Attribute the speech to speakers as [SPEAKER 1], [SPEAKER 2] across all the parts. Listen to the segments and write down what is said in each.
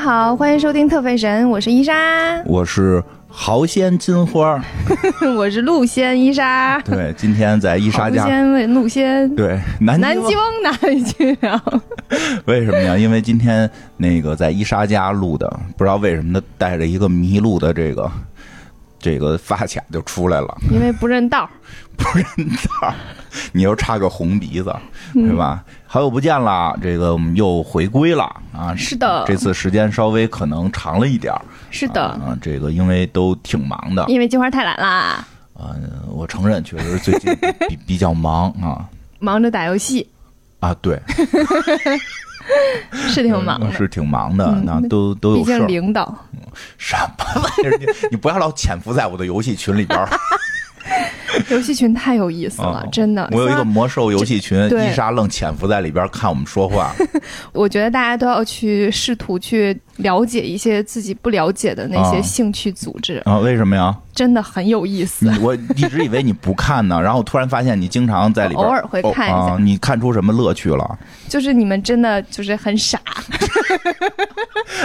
[SPEAKER 1] 好，欢迎收听特费神，我是伊莎，
[SPEAKER 2] 我是豪仙金花，
[SPEAKER 1] 我是陆仙伊莎，
[SPEAKER 2] 对，今天在伊莎
[SPEAKER 1] 陆
[SPEAKER 2] 家，
[SPEAKER 1] 仙问陆仙，
[SPEAKER 2] 对，南
[SPEAKER 1] 南京哪里去了？
[SPEAKER 2] 为什么呀？因为今天那个在伊莎家录的，不知道为什么他带着一个麋鹿的这个这个发卡就出来了，
[SPEAKER 1] 因为不认道儿，
[SPEAKER 2] 不认道儿，你又插个红鼻子，
[SPEAKER 1] 嗯
[SPEAKER 2] 对吧？好久不见了，这个我们又回归了啊！
[SPEAKER 1] 是的
[SPEAKER 2] 这次时间稍微可能长了一点儿，
[SPEAKER 1] 是的，
[SPEAKER 2] 啊，这个因为都挺忙的，
[SPEAKER 1] 因为金花太懒啦，
[SPEAKER 2] 嗯、我承认确实最近比比较忙啊
[SPEAKER 1] 忙着打游戏，
[SPEAKER 2] 啊，对，
[SPEAKER 1] 是挺忙的，
[SPEAKER 2] 嗯是挺忙的，
[SPEAKER 1] 嗯
[SPEAKER 2] 那都都
[SPEAKER 1] 毕
[SPEAKER 2] 有事
[SPEAKER 1] 竟
[SPEAKER 2] 儿。
[SPEAKER 1] 领导。
[SPEAKER 2] 什么玩意儿？你你不要老潜伏在我的游戏群里 边儿。
[SPEAKER 1] 游戏群太有意思了，
[SPEAKER 2] 哦
[SPEAKER 1] 真的。
[SPEAKER 2] 我有一个魔兽游戏群，
[SPEAKER 1] 对
[SPEAKER 2] 伊莎愣潜伏在里边儿看我们说话。
[SPEAKER 1] 我觉得大家都要去试图去了解一些自己不了解的那些
[SPEAKER 2] 啊
[SPEAKER 1] 兴趣组织，
[SPEAKER 2] 啊，为什么呀？
[SPEAKER 1] 真的很有意思
[SPEAKER 2] 你。我一直以为你不看呢，然后突然发现你经常在里边儿，
[SPEAKER 1] 偶尔会看一下
[SPEAKER 2] 哦啊你看出什么乐趣了？
[SPEAKER 1] 就是你们真的就是很傻，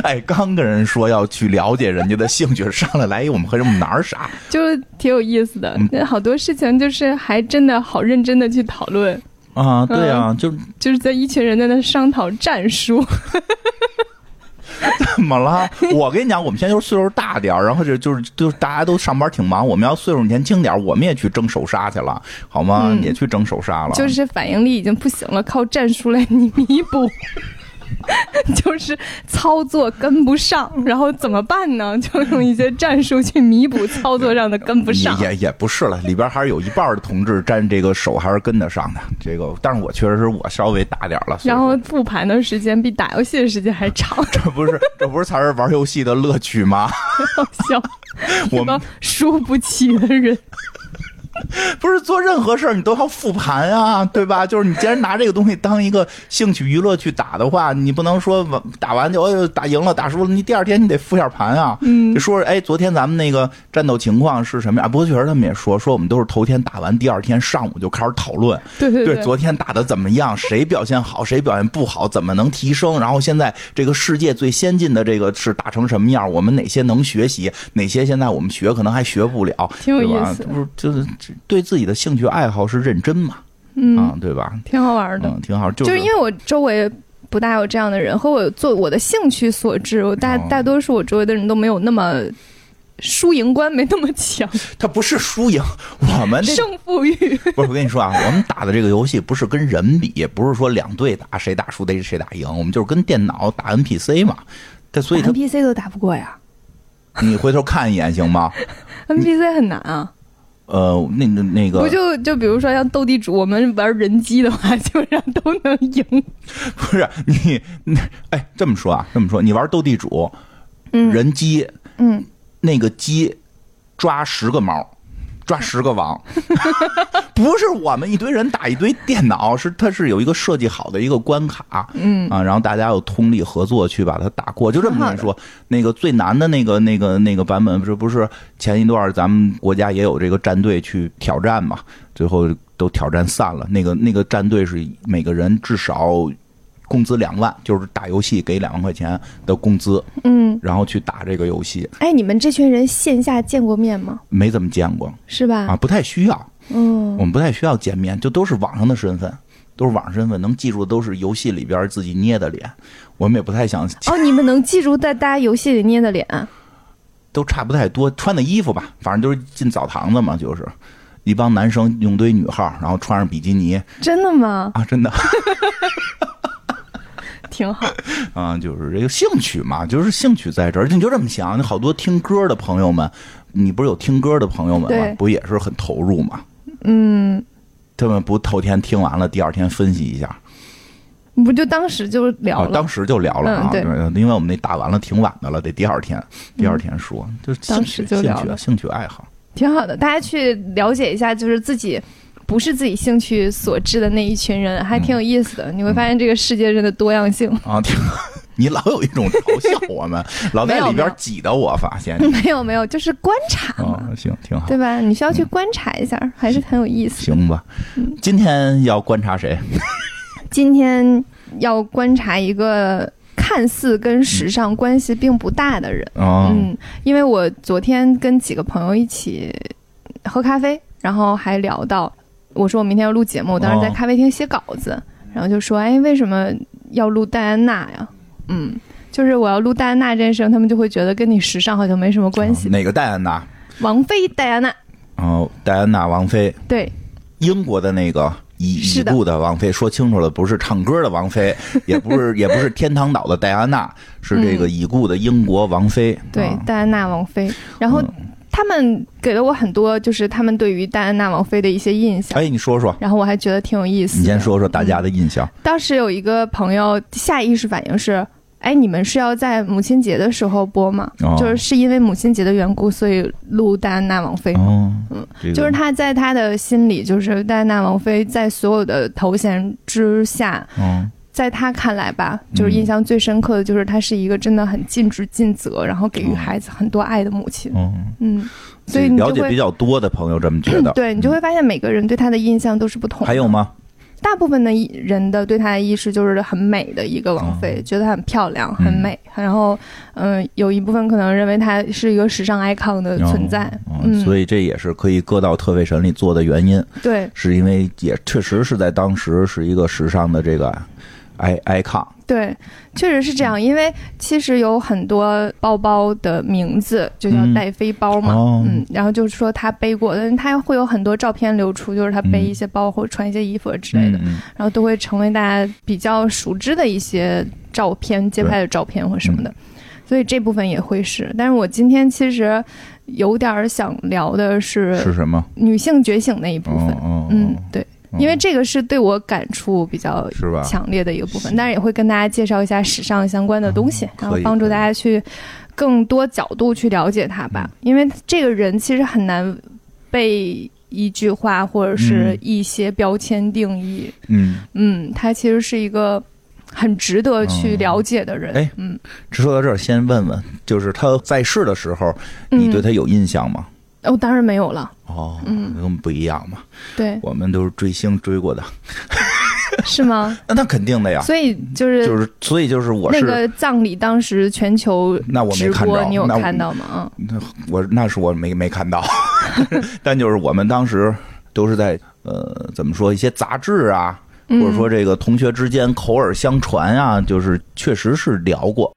[SPEAKER 2] 哎，刚跟人说要去了解人家的兴趣，上来来一我们和人我们哪儿傻？
[SPEAKER 1] 就是挺有意思的
[SPEAKER 2] 嗯。
[SPEAKER 1] 那好多事情就是还真的好认真的去讨论，
[SPEAKER 2] 啊，对
[SPEAKER 1] 嗯
[SPEAKER 2] 啊，就
[SPEAKER 1] 就是在一群人在那商讨战术。
[SPEAKER 2] 怎么了？我跟你讲，我们现在就是岁数大点儿，然后就就是就是大家都上班挺忙，我们要岁数年轻点儿，我们也去争手刹去了，好吗？
[SPEAKER 1] 嗯
[SPEAKER 2] 也去争手刹了。
[SPEAKER 1] 就是反应力已经不行了，靠战术来弥补。 就是操作跟不上，
[SPEAKER 2] 嗯
[SPEAKER 1] 然后怎么办呢？ 就用一些战术去弥补操作上的跟不上。
[SPEAKER 2] 也也也不是了，里边还是有一半儿的同志沾这个手还是跟得上的。这个，但是我确实是我稍微大点儿了，所以
[SPEAKER 1] 然后复盘的时间比打游戏的时间还长，
[SPEAKER 2] 这不是这不是才是玩游戏的乐趣吗？
[SPEAKER 1] 好笑。
[SPEAKER 2] 我
[SPEAKER 1] 一帮
[SPEAKER 2] 们
[SPEAKER 1] 输不起的人，
[SPEAKER 2] 不是做任何事儿你都要复盘啊，对吧？就是你既然拿这个东西当一个兴趣娱乐去打的话，你不能说完打完就哎呦打赢了打输了，你第二天你得复下盘啊。嗯，就说是哎，昨天咱们那个战斗情况是什么样？啊不过确实他们也说，说我们都是头天打完，第二天上午就开始讨论。
[SPEAKER 1] 对对对
[SPEAKER 2] 对，昨天打的怎么 样？谁表现好？谁表现不好？怎么能提升？然后现在这个世界最先进的这个是打成什么样？我们哪些能学习？哪些现在我们学可能还学不了？
[SPEAKER 1] 挺有
[SPEAKER 2] 对吧
[SPEAKER 1] 意思的
[SPEAKER 2] 不是就是这对自己的兴趣爱好是认真嘛？啊，对吧？
[SPEAKER 1] 嗯挺好玩的。
[SPEAKER 2] 嗯，挺好，就
[SPEAKER 1] 就是是因为我周围不大有这样的人，和我做我的兴趣所致，我大、
[SPEAKER 2] 哦
[SPEAKER 1] 大多数我周围的人都没有那么输赢观没那么强，
[SPEAKER 2] 它不是输赢，我们这
[SPEAKER 1] 胜负欲。
[SPEAKER 2] 不是我跟你说啊，我们打的这个游戏不是跟人比，也不是说两队打谁打输得谁打赢，我们就是跟电脑打 NPC 嘛。它所以它
[SPEAKER 1] NPC 都打 不过呀
[SPEAKER 2] 你回头看一眼行吗？
[SPEAKER 1] ，NPC 很难啊。
[SPEAKER 2] 呃，那那那个
[SPEAKER 1] 不就就比如说像斗地主，我们玩人机的话， 基本上都能赢。
[SPEAKER 2] 不是 你，你哎，这么说啊，这么说，你玩斗地主，人机，
[SPEAKER 1] 嗯，
[SPEAKER 2] 那个鸡抓十个猫，抓十个王，不是我们一堆人打一堆电脑，是它是有一个设计好的一个关卡，嗯啊，然后大家有通力合作去把它打过，就这么跟你说，那个最难的那个那个那个版本，这不是前一段咱们国家也有这个战队去挑战嘛，最后都挑战散了，那个那个战队是每个人至少。工资两万，就是打游戏给两万块钱的工资，
[SPEAKER 1] 嗯，
[SPEAKER 2] 然后去打这个游戏，
[SPEAKER 1] 哎，你们这群人线下见过面吗？
[SPEAKER 2] 没怎么见过
[SPEAKER 1] 是吧？
[SPEAKER 2] 啊，不太需要，
[SPEAKER 1] 嗯，
[SPEAKER 2] 我们不太需要见面，就都是网上的身份，都是网上身份，能记住的都是游戏里边自己捏的脸，我们也不太想，
[SPEAKER 1] 哦，你们能记住在大家游戏里捏的脸？啊
[SPEAKER 2] 都差不太多，穿的衣服吧，反正就是进澡堂子嘛，就是一帮男生用堆女号，然后穿上比基尼
[SPEAKER 1] 真的吗？
[SPEAKER 2] 啊，真的
[SPEAKER 1] 挺好。
[SPEAKER 2] 啊，就是这个兴趣嘛，就是兴趣在这儿，你就这么想，你好多听歌的朋友们，你不是有听歌的朋友们
[SPEAKER 1] 对
[SPEAKER 2] 吗？不也是很投入吗？
[SPEAKER 1] 嗯，
[SPEAKER 2] 他们不头天听完了，第二天分析一下，
[SPEAKER 1] 不就当时就聊
[SPEAKER 2] 啊，
[SPEAKER 1] 了。
[SPEAKER 2] 当时就聊了啊，
[SPEAKER 1] 嗯对嗯
[SPEAKER 2] 因为我们那打完了挺晚的了，得第二天，第二天说，就是兴
[SPEAKER 1] 当
[SPEAKER 2] 趣
[SPEAKER 1] 时就聊
[SPEAKER 2] 兴
[SPEAKER 1] 了
[SPEAKER 2] 趣兴趣爱好，
[SPEAKER 1] 挺好的，大家去了解一下，就是自己不是自己兴趣所致的那一群人，还挺有意思
[SPEAKER 2] 嗯
[SPEAKER 1] 的。你会发现这个世界真的多样性。
[SPEAKER 2] 啊，挺。你老有一种嘲笑我们，老在里边挤的我，发现
[SPEAKER 1] 没有没有，就是观察嘛，
[SPEAKER 2] 啊，行，挺好，
[SPEAKER 1] 对吧？你需要去观察一下，还是很有意思。
[SPEAKER 2] 行吧。
[SPEAKER 1] 嗯
[SPEAKER 2] 今天要观察谁？
[SPEAKER 1] 今天要观察一个。看似跟时尚关系并不大的人。
[SPEAKER 2] 哦，
[SPEAKER 1] 嗯，因为我昨天跟几个朋友一起喝咖啡，然后还聊到，我说我明天要录节目，我当时在
[SPEAKER 2] 哦
[SPEAKER 1] 咖啡厅写稿子，然后就说，哎，为什么要录戴安娜呀？嗯，就是我要录戴安娜这件事情，他们就会觉得跟你时尚好像没什么关系。
[SPEAKER 2] 啊哪个戴安娜？
[SPEAKER 1] 王菲，戴安娜，
[SPEAKER 2] 哦，戴安娜王妃，
[SPEAKER 1] 对，
[SPEAKER 2] 英国的那个已已
[SPEAKER 1] 是的
[SPEAKER 2] 故的王妃，说清楚了，不是唱歌的王 妃，也不是也不是天堂岛的戴安娜，是这个已故的英国王妃。
[SPEAKER 1] 嗯对，
[SPEAKER 2] 啊
[SPEAKER 1] 戴安娜王妃。然后
[SPEAKER 2] 嗯
[SPEAKER 1] 他们给了我很多，就是他们对于戴安娜王妃的一些印象。
[SPEAKER 2] 哎，你说说，
[SPEAKER 1] 然后我还觉得挺有意思。
[SPEAKER 2] 你先。说说大家的
[SPEAKER 1] 嗯
[SPEAKER 2] 印象。
[SPEAKER 1] 当时有一个朋友下意识反应是：哎，你们是要在母亲节的时候播吗？
[SPEAKER 2] 哦
[SPEAKER 1] 就是是因为母亲节的缘故，所以录戴安娜王妃。
[SPEAKER 2] 哦，这
[SPEAKER 1] 嗯
[SPEAKER 2] 个
[SPEAKER 1] 就是他在他的心里，就是戴安娜王妃在所有的头衔之下，
[SPEAKER 2] 嗯，
[SPEAKER 1] 在他看来吧，就是印象最深刻的就是她是一个真的很尽职尽责，然后给
[SPEAKER 2] 哦
[SPEAKER 1] 予孩子很多爱的母亲。
[SPEAKER 2] 嗯，
[SPEAKER 1] 嗯，所以你就
[SPEAKER 2] 了解比
[SPEAKER 1] 会。
[SPEAKER 2] 较多的朋友这么觉得
[SPEAKER 1] 对你就会发现每个人对她的印象都是不同的。
[SPEAKER 2] 还有吗？
[SPEAKER 1] 大部分的人的对她的意识就是很美的一个王妃，
[SPEAKER 2] 嗯
[SPEAKER 1] 觉得她很漂亮、很美。然后，嗯、有一部分可能认为她是一个时尚 icon 的呃存在。
[SPEAKER 2] 哦
[SPEAKER 1] 嗯，
[SPEAKER 2] 所以这也是可以搁到特费神里做的原因，
[SPEAKER 1] 对
[SPEAKER 2] 是因为也确实是在当时是一个时尚的这个 i icon。
[SPEAKER 1] 对，确实是这样。因为其实有很多包包的名字就叫
[SPEAKER 2] 嗯
[SPEAKER 1] 戴妃包嘛。
[SPEAKER 2] 哦，
[SPEAKER 1] 嗯，然后就是说她背过，但是她会有很多照片流出，就是她背一些包或者穿一些衣服之类的。
[SPEAKER 2] 嗯，
[SPEAKER 1] 然后都会成为大家比较熟知的一些照片、街拍的照片或什么的，
[SPEAKER 2] 嗯
[SPEAKER 1] 所以这部分也会是。但是我今天其实有点儿想聊的
[SPEAKER 2] 嗯是
[SPEAKER 1] 是
[SPEAKER 2] 什么？
[SPEAKER 1] 女性觉醒那一部
[SPEAKER 2] 哦
[SPEAKER 1] 分，
[SPEAKER 2] 哦，
[SPEAKER 1] 嗯
[SPEAKER 2] 哦，
[SPEAKER 1] 对，
[SPEAKER 2] 哦
[SPEAKER 1] 因为这个是对我感触比较
[SPEAKER 2] 是吧？
[SPEAKER 1] 强烈的一个部分，但是也会跟大家介绍一下时尚相关的东西，然后
[SPEAKER 2] 嗯可以
[SPEAKER 1] 帮助
[SPEAKER 2] 可以
[SPEAKER 1] 大家去更多角度去了解他
[SPEAKER 2] 嗯
[SPEAKER 1] 吧。因为这个人其实很难被一句话或者是
[SPEAKER 2] 嗯
[SPEAKER 1] 一些标签定义。
[SPEAKER 2] 嗯，
[SPEAKER 1] 嗯，他其实是一个很值得去了解的人。
[SPEAKER 2] 嗯哎
[SPEAKER 1] 嗯，
[SPEAKER 2] 说到这儿，先问问，就是他在世的时候，你对他有印象吗？
[SPEAKER 1] 嗯嗯，哦，嗯当然没有了。
[SPEAKER 2] 哦，跟我们不一样嘛，
[SPEAKER 1] 对
[SPEAKER 2] ，我们都是追星追过的，
[SPEAKER 1] 是吗？
[SPEAKER 2] 那那肯定的呀，
[SPEAKER 1] 所以就是、
[SPEAKER 2] 啊就是所以就是我
[SPEAKER 1] 那
[SPEAKER 2] 是
[SPEAKER 1] 个葬礼，当时全球
[SPEAKER 2] 那我没
[SPEAKER 1] 直
[SPEAKER 2] 看
[SPEAKER 1] 播，
[SPEAKER 2] 着
[SPEAKER 1] 你有
[SPEAKER 2] 那我
[SPEAKER 1] 看到吗？嗯，
[SPEAKER 2] 我那是我没没看到， 但就是我们当时都是在呃怎么说一些杂志啊，或者
[SPEAKER 1] 嗯
[SPEAKER 2] 说这个同学之间口耳相传啊，就是确实是聊过。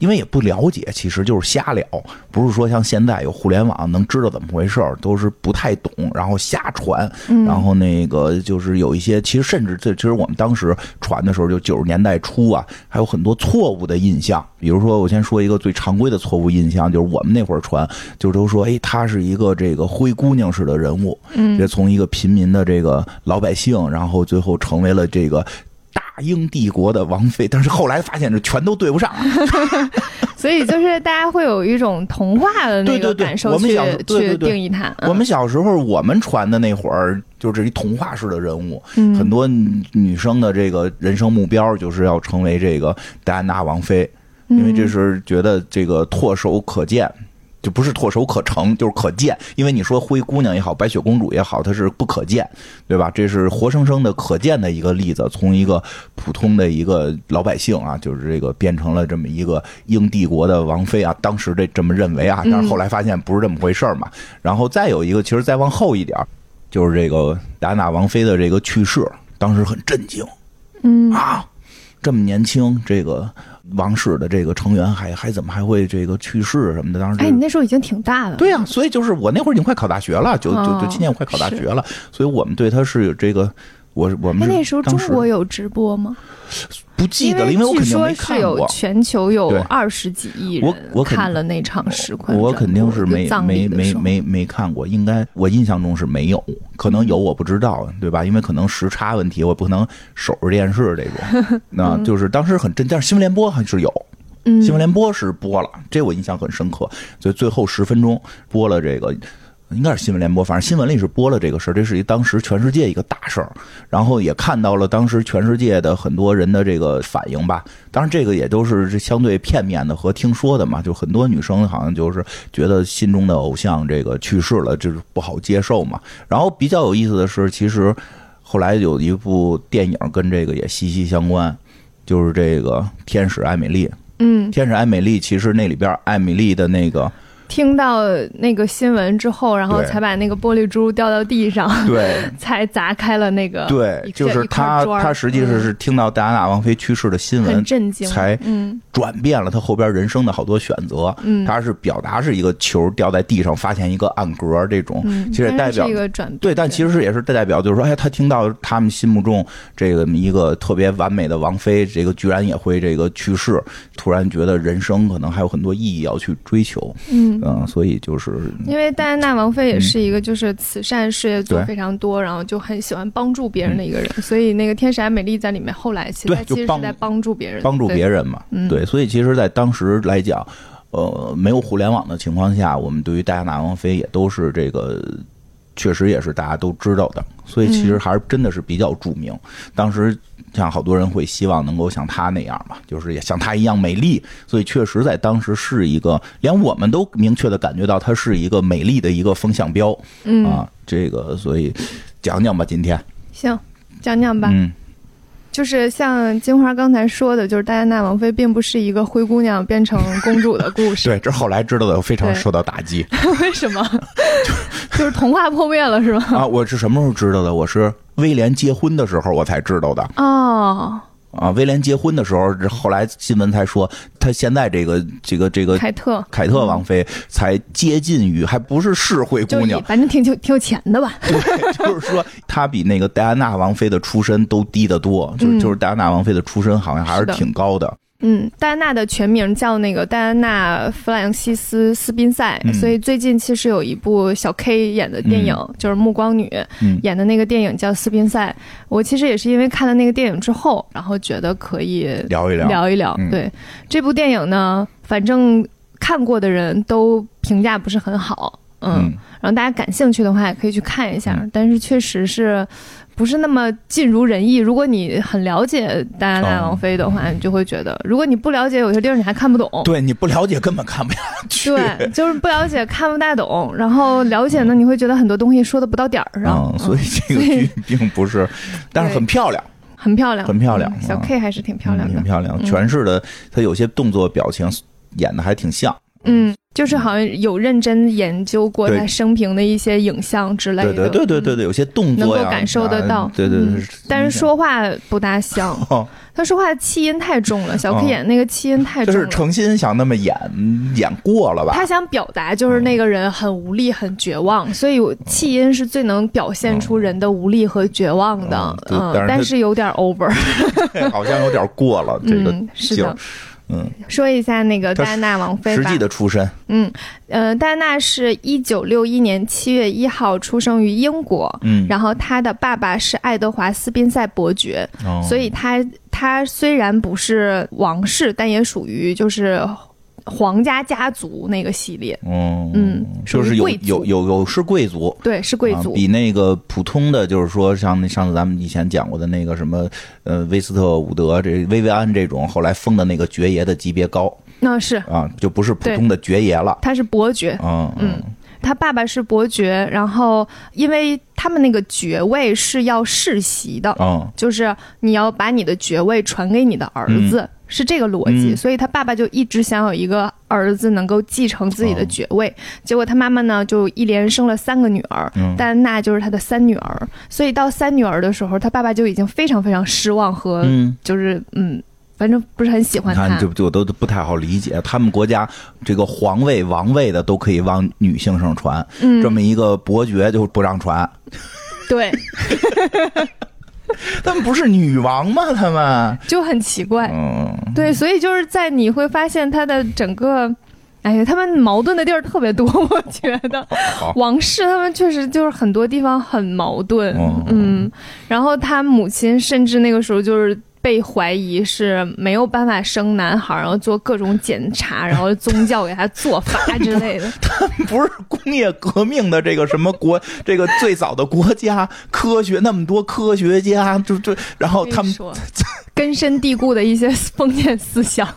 [SPEAKER 2] 因为也不了解，其实就是瞎聊，不是说像现在有互联网能知道怎么回事儿，都是不太懂，然后瞎传，
[SPEAKER 1] 嗯
[SPEAKER 2] 然后那个就是有一些，其实甚至这其实我们当时传的时候，就九十年代初啊，还有很多错误的印象。比如说，我先说一个最常规的错误印象，就是我们那会儿传，就都说，哎，她是一个这个灰姑娘式的人物，
[SPEAKER 1] 嗯
[SPEAKER 2] 这从一个平民的这个老百姓，然后最后成为了这个。大英帝国的王妃，但是后来发现这全都对不上啊，
[SPEAKER 1] 所以就是大家会有一种童话的那
[SPEAKER 2] 对
[SPEAKER 1] 个
[SPEAKER 2] 对对
[SPEAKER 1] 感受
[SPEAKER 2] 我们
[SPEAKER 1] 去
[SPEAKER 2] 想对对
[SPEAKER 1] 去
[SPEAKER 2] 对
[SPEAKER 1] 定义它。嗯
[SPEAKER 2] 我们小时候，我们传的那会儿，就是一童话式的人物，
[SPEAKER 1] 嗯
[SPEAKER 2] 很多女女生的这个人生目标就是要成为这个戴安娜王妃，因为
[SPEAKER 1] 嗯
[SPEAKER 2] 这是觉得这个唾手可见。就不是唾手可成，就是可见。因为你说灰姑娘也好，白雪公主也好，它是不可见，对吧？这是活生生的可见的一个例子，从一个普通的一个老百姓啊，就是这个变成了这么一个英帝国的王妃啊。当时这这么认为啊，但是后来发现不是这么回事儿嘛。然后再有一个，其实再往后一点儿，就是这个达纳王妃的这个去世，当时很震惊。
[SPEAKER 1] 嗯
[SPEAKER 2] 啊，这么年轻，这个王室的这个成员还还怎么还会这个去世什么的？当时这
[SPEAKER 1] 哎，
[SPEAKER 2] 个、
[SPEAKER 1] 你那时候已经挺大了。
[SPEAKER 2] 对呀、所以就是我那会儿已经快考大学了，九九九七年我快考
[SPEAKER 1] 哦
[SPEAKER 2] 大学了，所以我们对他是有这个。我我们
[SPEAKER 1] 哎，
[SPEAKER 2] 是
[SPEAKER 1] 那时候中
[SPEAKER 2] 嗯当时
[SPEAKER 1] 国有直播吗？
[SPEAKER 2] 不记得了，因为我
[SPEAKER 1] 据
[SPEAKER 2] 肯定
[SPEAKER 1] 说
[SPEAKER 2] 没
[SPEAKER 1] 是
[SPEAKER 2] 看
[SPEAKER 1] 有
[SPEAKER 2] 过，
[SPEAKER 1] 全球有
[SPEAKER 2] 对
[SPEAKER 1] 二十几亿
[SPEAKER 2] 我
[SPEAKER 1] 人
[SPEAKER 2] 我肯
[SPEAKER 1] 看了那场实况转播，
[SPEAKER 2] 我肯定是没
[SPEAKER 1] 就葬礼
[SPEAKER 2] 没
[SPEAKER 1] 的
[SPEAKER 2] 没
[SPEAKER 1] 时候
[SPEAKER 2] 没没看过，应该我印象中是没有，可能
[SPEAKER 1] 嗯
[SPEAKER 2] 有我不知道，对吧？因为可能时差问题，我不可能守着电视这 种，那就是当时很震，但是新闻联播还是有，
[SPEAKER 1] 嗯
[SPEAKER 2] 新闻联播是播了，这我印象很深刻。所以最后十分钟播了这个，应该是新闻联播，反正新闻里是播了这个事儿，这是一当时全世界一个大事儿。然后也看到了当时全世界的很多人的这个反应吧。当然，这个也都是相对片面的和听说的嘛。就很多女生好像就是觉得心中的偶像这个去世了，就是不好接受嘛。然后比较有意思的是，其实后来有一部电影跟这个也息息相关。就是这个天使艾米丽。
[SPEAKER 1] 嗯，
[SPEAKER 2] 天使艾美丽，其实那里边艾米丽的那个，
[SPEAKER 1] 听到那个新闻之后，然后
[SPEAKER 2] 对
[SPEAKER 1] 才把那个玻璃珠掉到地上，
[SPEAKER 2] 对
[SPEAKER 1] 才砸开了那个
[SPEAKER 2] 对
[SPEAKER 1] 一，
[SPEAKER 2] 就
[SPEAKER 1] 片
[SPEAKER 2] 是
[SPEAKER 1] 啊一块
[SPEAKER 2] 她，
[SPEAKER 1] 砖儿
[SPEAKER 2] 她实际上是听到戴安娜王妃去世的
[SPEAKER 1] 嗯
[SPEAKER 2] 新
[SPEAKER 1] 很
[SPEAKER 2] 闻，
[SPEAKER 1] 震惊，
[SPEAKER 2] 才
[SPEAKER 1] 嗯
[SPEAKER 2] 转变了她后边人生的好多选择。
[SPEAKER 1] 嗯，
[SPEAKER 2] 她是表达是一个球掉在地上，发现一个暗格这种，
[SPEAKER 1] 嗯，
[SPEAKER 2] 其实
[SPEAKER 1] 但
[SPEAKER 2] 代
[SPEAKER 1] 是
[SPEAKER 2] 表
[SPEAKER 1] 这个转变，
[SPEAKER 2] 对，但其实也是代表，就是说，哎，他听到他们心目中这个一个特别完美的王妃，这个居然也会这个去世，突然觉得人生可能还有很多意义要去追求，
[SPEAKER 1] 嗯。
[SPEAKER 2] 嗯，所以就是
[SPEAKER 1] 因为戴安娜王妃也是一个就是慈善事业做
[SPEAKER 2] 嗯对嗯
[SPEAKER 1] 非常多，然后就很喜欢帮助别人的一个人，所以那个天使艾美丽在里面后来其实
[SPEAKER 2] 对
[SPEAKER 1] 她其
[SPEAKER 2] 就
[SPEAKER 1] 实是
[SPEAKER 2] 帮
[SPEAKER 1] 在帮助别人，
[SPEAKER 2] 帮助别人嘛，
[SPEAKER 1] 嗯
[SPEAKER 2] 对，所以其实，在当时来讲，呃，没有互联网的情况下，我们对于戴安娜王妃也都是这个。确实也是大家都知道的，所以
[SPEAKER 1] 嗯
[SPEAKER 2] 其实还是真的是比较著名。当时像好多人会希望能够像她那样嘛，就是也像她一样美丽，所以确实在当时是一个，连我们都明确的感觉到她是一个美丽的一个风向标、
[SPEAKER 1] 嗯，
[SPEAKER 2] 啊。这个所以讲讲吧，今天，
[SPEAKER 1] 行，讲讲吧。
[SPEAKER 2] 嗯，
[SPEAKER 1] 就是像金花刚才说的，就是戴安娜王妃并不是一个灰姑娘变成公主的故事。
[SPEAKER 2] 对，这后来知道的非常
[SPEAKER 1] 对
[SPEAKER 2] 受到打击。
[SPEAKER 1] 为什么？就是童话破灭了，是吗？
[SPEAKER 2] 啊，我是什么时候知道的？我是威廉结婚的时候我才知道的
[SPEAKER 1] 哦，
[SPEAKER 2] 啊。威廉结婚的时候，这后来新闻才说，他现在这个这个这个
[SPEAKER 1] 凯特
[SPEAKER 2] 凯特王妃才接近于，还不是是惠
[SPEAKER 1] 就
[SPEAKER 2] 姑
[SPEAKER 1] 以
[SPEAKER 2] 娘，
[SPEAKER 1] 反正挺挺挺有钱的吧？
[SPEAKER 2] 对，就是说她比那个戴安娜王妃的出身都低得多，就
[SPEAKER 1] 嗯
[SPEAKER 2] 是就是戴安娜王妃的出身好像还
[SPEAKER 1] 是
[SPEAKER 2] 是
[SPEAKER 1] 的
[SPEAKER 2] 挺高的。
[SPEAKER 1] 嗯，戴安娜的全名叫那个戴安娜·弗朗西斯·斯宾塞，
[SPEAKER 2] 嗯
[SPEAKER 1] 所以最近其实有一部小 K 演的电影，就是《暮光女》
[SPEAKER 2] 嗯
[SPEAKER 1] 演的那个电影叫《斯宾塞》。我其实也是因为看了那个电影之后，然后觉得可以
[SPEAKER 2] 聊一聊，
[SPEAKER 1] 聊一聊。
[SPEAKER 2] 嗯
[SPEAKER 1] 对这部电影呢，反正看过的人都评价不是很好，嗯，
[SPEAKER 2] 嗯，
[SPEAKER 1] 然后大家感兴趣的话也可以去看一下，
[SPEAKER 2] 嗯
[SPEAKER 1] 但是确实是。不是那么尽如人意。如果你很了解戴安娜
[SPEAKER 2] 哦
[SPEAKER 1] 王妃的话，你就会觉得；如果你不了解，有些地儿你还看不懂。
[SPEAKER 2] 对你不了解根本看不下去。
[SPEAKER 1] 对，就是不了解，看不大懂。然后了解呢，你会觉得很多东西说的不到点儿上。
[SPEAKER 2] 嗯，所以这个剧并不是，但是很漂亮。
[SPEAKER 1] 很漂亮，
[SPEAKER 2] 很漂亮
[SPEAKER 1] 嗯小
[SPEAKER 2] 嗯
[SPEAKER 1] K 还是挺漂亮
[SPEAKER 2] 嗯
[SPEAKER 1] 的
[SPEAKER 2] 挺。漂亮。
[SPEAKER 1] 嗯
[SPEAKER 2] 全是的，他有些动作表情演的还挺像。
[SPEAKER 1] 嗯，就是好像有认真研究过
[SPEAKER 2] 对
[SPEAKER 1] 他生平的一些影像之类
[SPEAKER 2] 对
[SPEAKER 1] 的，
[SPEAKER 2] 对对对对
[SPEAKER 1] 嗯。
[SPEAKER 2] 对，有些动
[SPEAKER 1] 能
[SPEAKER 2] 作
[SPEAKER 1] 够
[SPEAKER 2] 呀，
[SPEAKER 1] 感受得
[SPEAKER 2] 啊
[SPEAKER 1] 到
[SPEAKER 2] 对对
[SPEAKER 1] 嗯
[SPEAKER 2] 对，
[SPEAKER 1] 但是说话不大像，
[SPEAKER 2] 哦，
[SPEAKER 1] 他说话气音太重了，小 K
[SPEAKER 2] 哦
[SPEAKER 1] 演那个气音太
[SPEAKER 2] 就
[SPEAKER 1] 重
[SPEAKER 2] 是
[SPEAKER 1] 了。
[SPEAKER 2] 诚心想那么演，演过了吧嗯
[SPEAKER 1] 他？想表达就是那个人很无力、很绝望，所以我气音是最能表现出人的无力和绝望的
[SPEAKER 2] 哦。对
[SPEAKER 1] 嗯
[SPEAKER 2] 但是，他
[SPEAKER 1] 但是有点 over。
[SPEAKER 2] 好像有点过了 这个
[SPEAKER 1] 嗯，是
[SPEAKER 2] 劲
[SPEAKER 1] 的
[SPEAKER 2] 儿。。嗯，
[SPEAKER 1] 说一下那个
[SPEAKER 2] 他
[SPEAKER 1] 戴安娜王妃
[SPEAKER 2] 实
[SPEAKER 1] 吧
[SPEAKER 2] 际。的出身，
[SPEAKER 1] 嗯，呃，戴安娜是一九六一年七月一号出生于英国，
[SPEAKER 2] 嗯，
[SPEAKER 1] 然后她的爸爸是爱德华斯宾塞伯爵，
[SPEAKER 2] 哦
[SPEAKER 1] 所以她她虽然不是王室，但也属于就是皇家家族那个系列。
[SPEAKER 2] 哦，
[SPEAKER 1] 嗯属
[SPEAKER 2] 就
[SPEAKER 1] 于
[SPEAKER 2] 是有
[SPEAKER 1] 贵族
[SPEAKER 2] 有有有是贵族。
[SPEAKER 1] 对，是贵
[SPEAKER 2] 啊
[SPEAKER 1] 族，
[SPEAKER 2] 比那个普通的，就是说像那上次咱们以前讲过的那个什么，呃，威斯特伍德这薇薇安这种，后来封的那个爵爷的级别高
[SPEAKER 1] 那是
[SPEAKER 2] 啊，就不是普通的爵爷了。
[SPEAKER 1] 他是伯爵，
[SPEAKER 2] 嗯
[SPEAKER 1] 嗯他爸爸是伯爵，然后因为他们那个爵位是要世袭的，
[SPEAKER 2] 嗯
[SPEAKER 1] 就是你要把你的爵位传给你的儿子，是这个逻辑。
[SPEAKER 2] 嗯
[SPEAKER 1] 所以他爸爸就一直想有一个儿子能够继承自
[SPEAKER 2] 哦
[SPEAKER 1] 己的爵位，结果他妈妈呢就一连生了三个女儿，
[SPEAKER 2] 嗯
[SPEAKER 1] 戴安娜就是他的三女儿。所以到三女儿的时候，他爸爸就已经非常非常失望和
[SPEAKER 2] 嗯，
[SPEAKER 1] 就是嗯。反正不是很喜
[SPEAKER 2] 你
[SPEAKER 1] 欢
[SPEAKER 2] 看
[SPEAKER 1] 他，
[SPEAKER 2] 就就都不太好理解，他们国家这个皇位、王位的都可以往女性上传，
[SPEAKER 1] 嗯
[SPEAKER 2] 这么一个伯爵就不让传，
[SPEAKER 1] 对，
[SPEAKER 2] 他们不是女王吗？他们，
[SPEAKER 1] 就很奇怪。
[SPEAKER 2] 嗯，
[SPEAKER 1] 对，所以就是在你会发现他的整个，哎呀，他们矛盾的地儿特别多，我觉得
[SPEAKER 2] 好
[SPEAKER 1] 王室他们确实就是很多地方很矛盾，
[SPEAKER 2] 哦
[SPEAKER 1] 嗯，然后他母亲甚至那个时候就是。被怀疑是没有办法生男孩，然后做各种检查，然后宗教给他做 法之类的。
[SPEAKER 2] 不是工业革命的这个什么国，这个最早的国家，科学那么多科学家，就就然后他
[SPEAKER 1] 跟你
[SPEAKER 2] 们
[SPEAKER 1] 说，根深蒂固的一些封建思想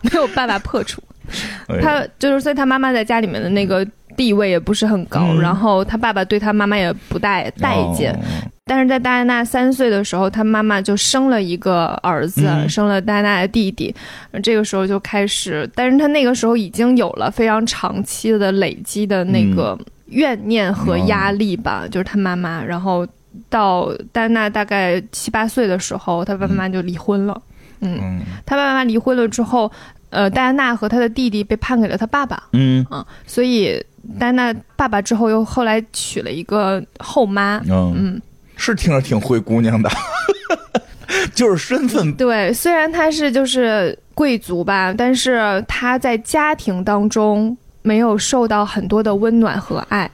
[SPEAKER 1] 没有办法破除。
[SPEAKER 2] 哎呀
[SPEAKER 1] 他就是，所以他妈妈在家里面的那个地位也不是很高，
[SPEAKER 2] 嗯
[SPEAKER 1] 然后他爸爸对他妈妈也不待待见，
[SPEAKER 2] 哦
[SPEAKER 1] 但是在戴安娜三岁的时候，她妈妈就生了一个儿子，
[SPEAKER 2] 嗯
[SPEAKER 1] 生了戴安娜的弟弟。这个时候就开始，但是她那个时候已经有了非常长期的累积的那个
[SPEAKER 2] 嗯
[SPEAKER 1] 怨念和压力吧，就是她妈妈。然后到戴安娜大概七八岁的时候，她爸妈就离婚了。
[SPEAKER 2] 嗯
[SPEAKER 1] 她爸妈离婚了之后，呃，戴安娜和她的弟弟被判给了她爸爸。
[SPEAKER 2] 嗯
[SPEAKER 1] 嗯，所以戴安娜爸爸之后又后来娶了一个后妈，
[SPEAKER 2] 嗯，
[SPEAKER 1] 嗯，
[SPEAKER 2] 是听着挺灰姑娘 的，就是身份
[SPEAKER 1] 对，虽然她是就是贵族吧，但是她在家庭当中没有受到很多的温暖和爱，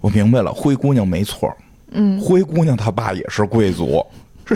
[SPEAKER 2] 我明白了，灰姑娘没错。嗯，灰姑娘她爸也是贵族。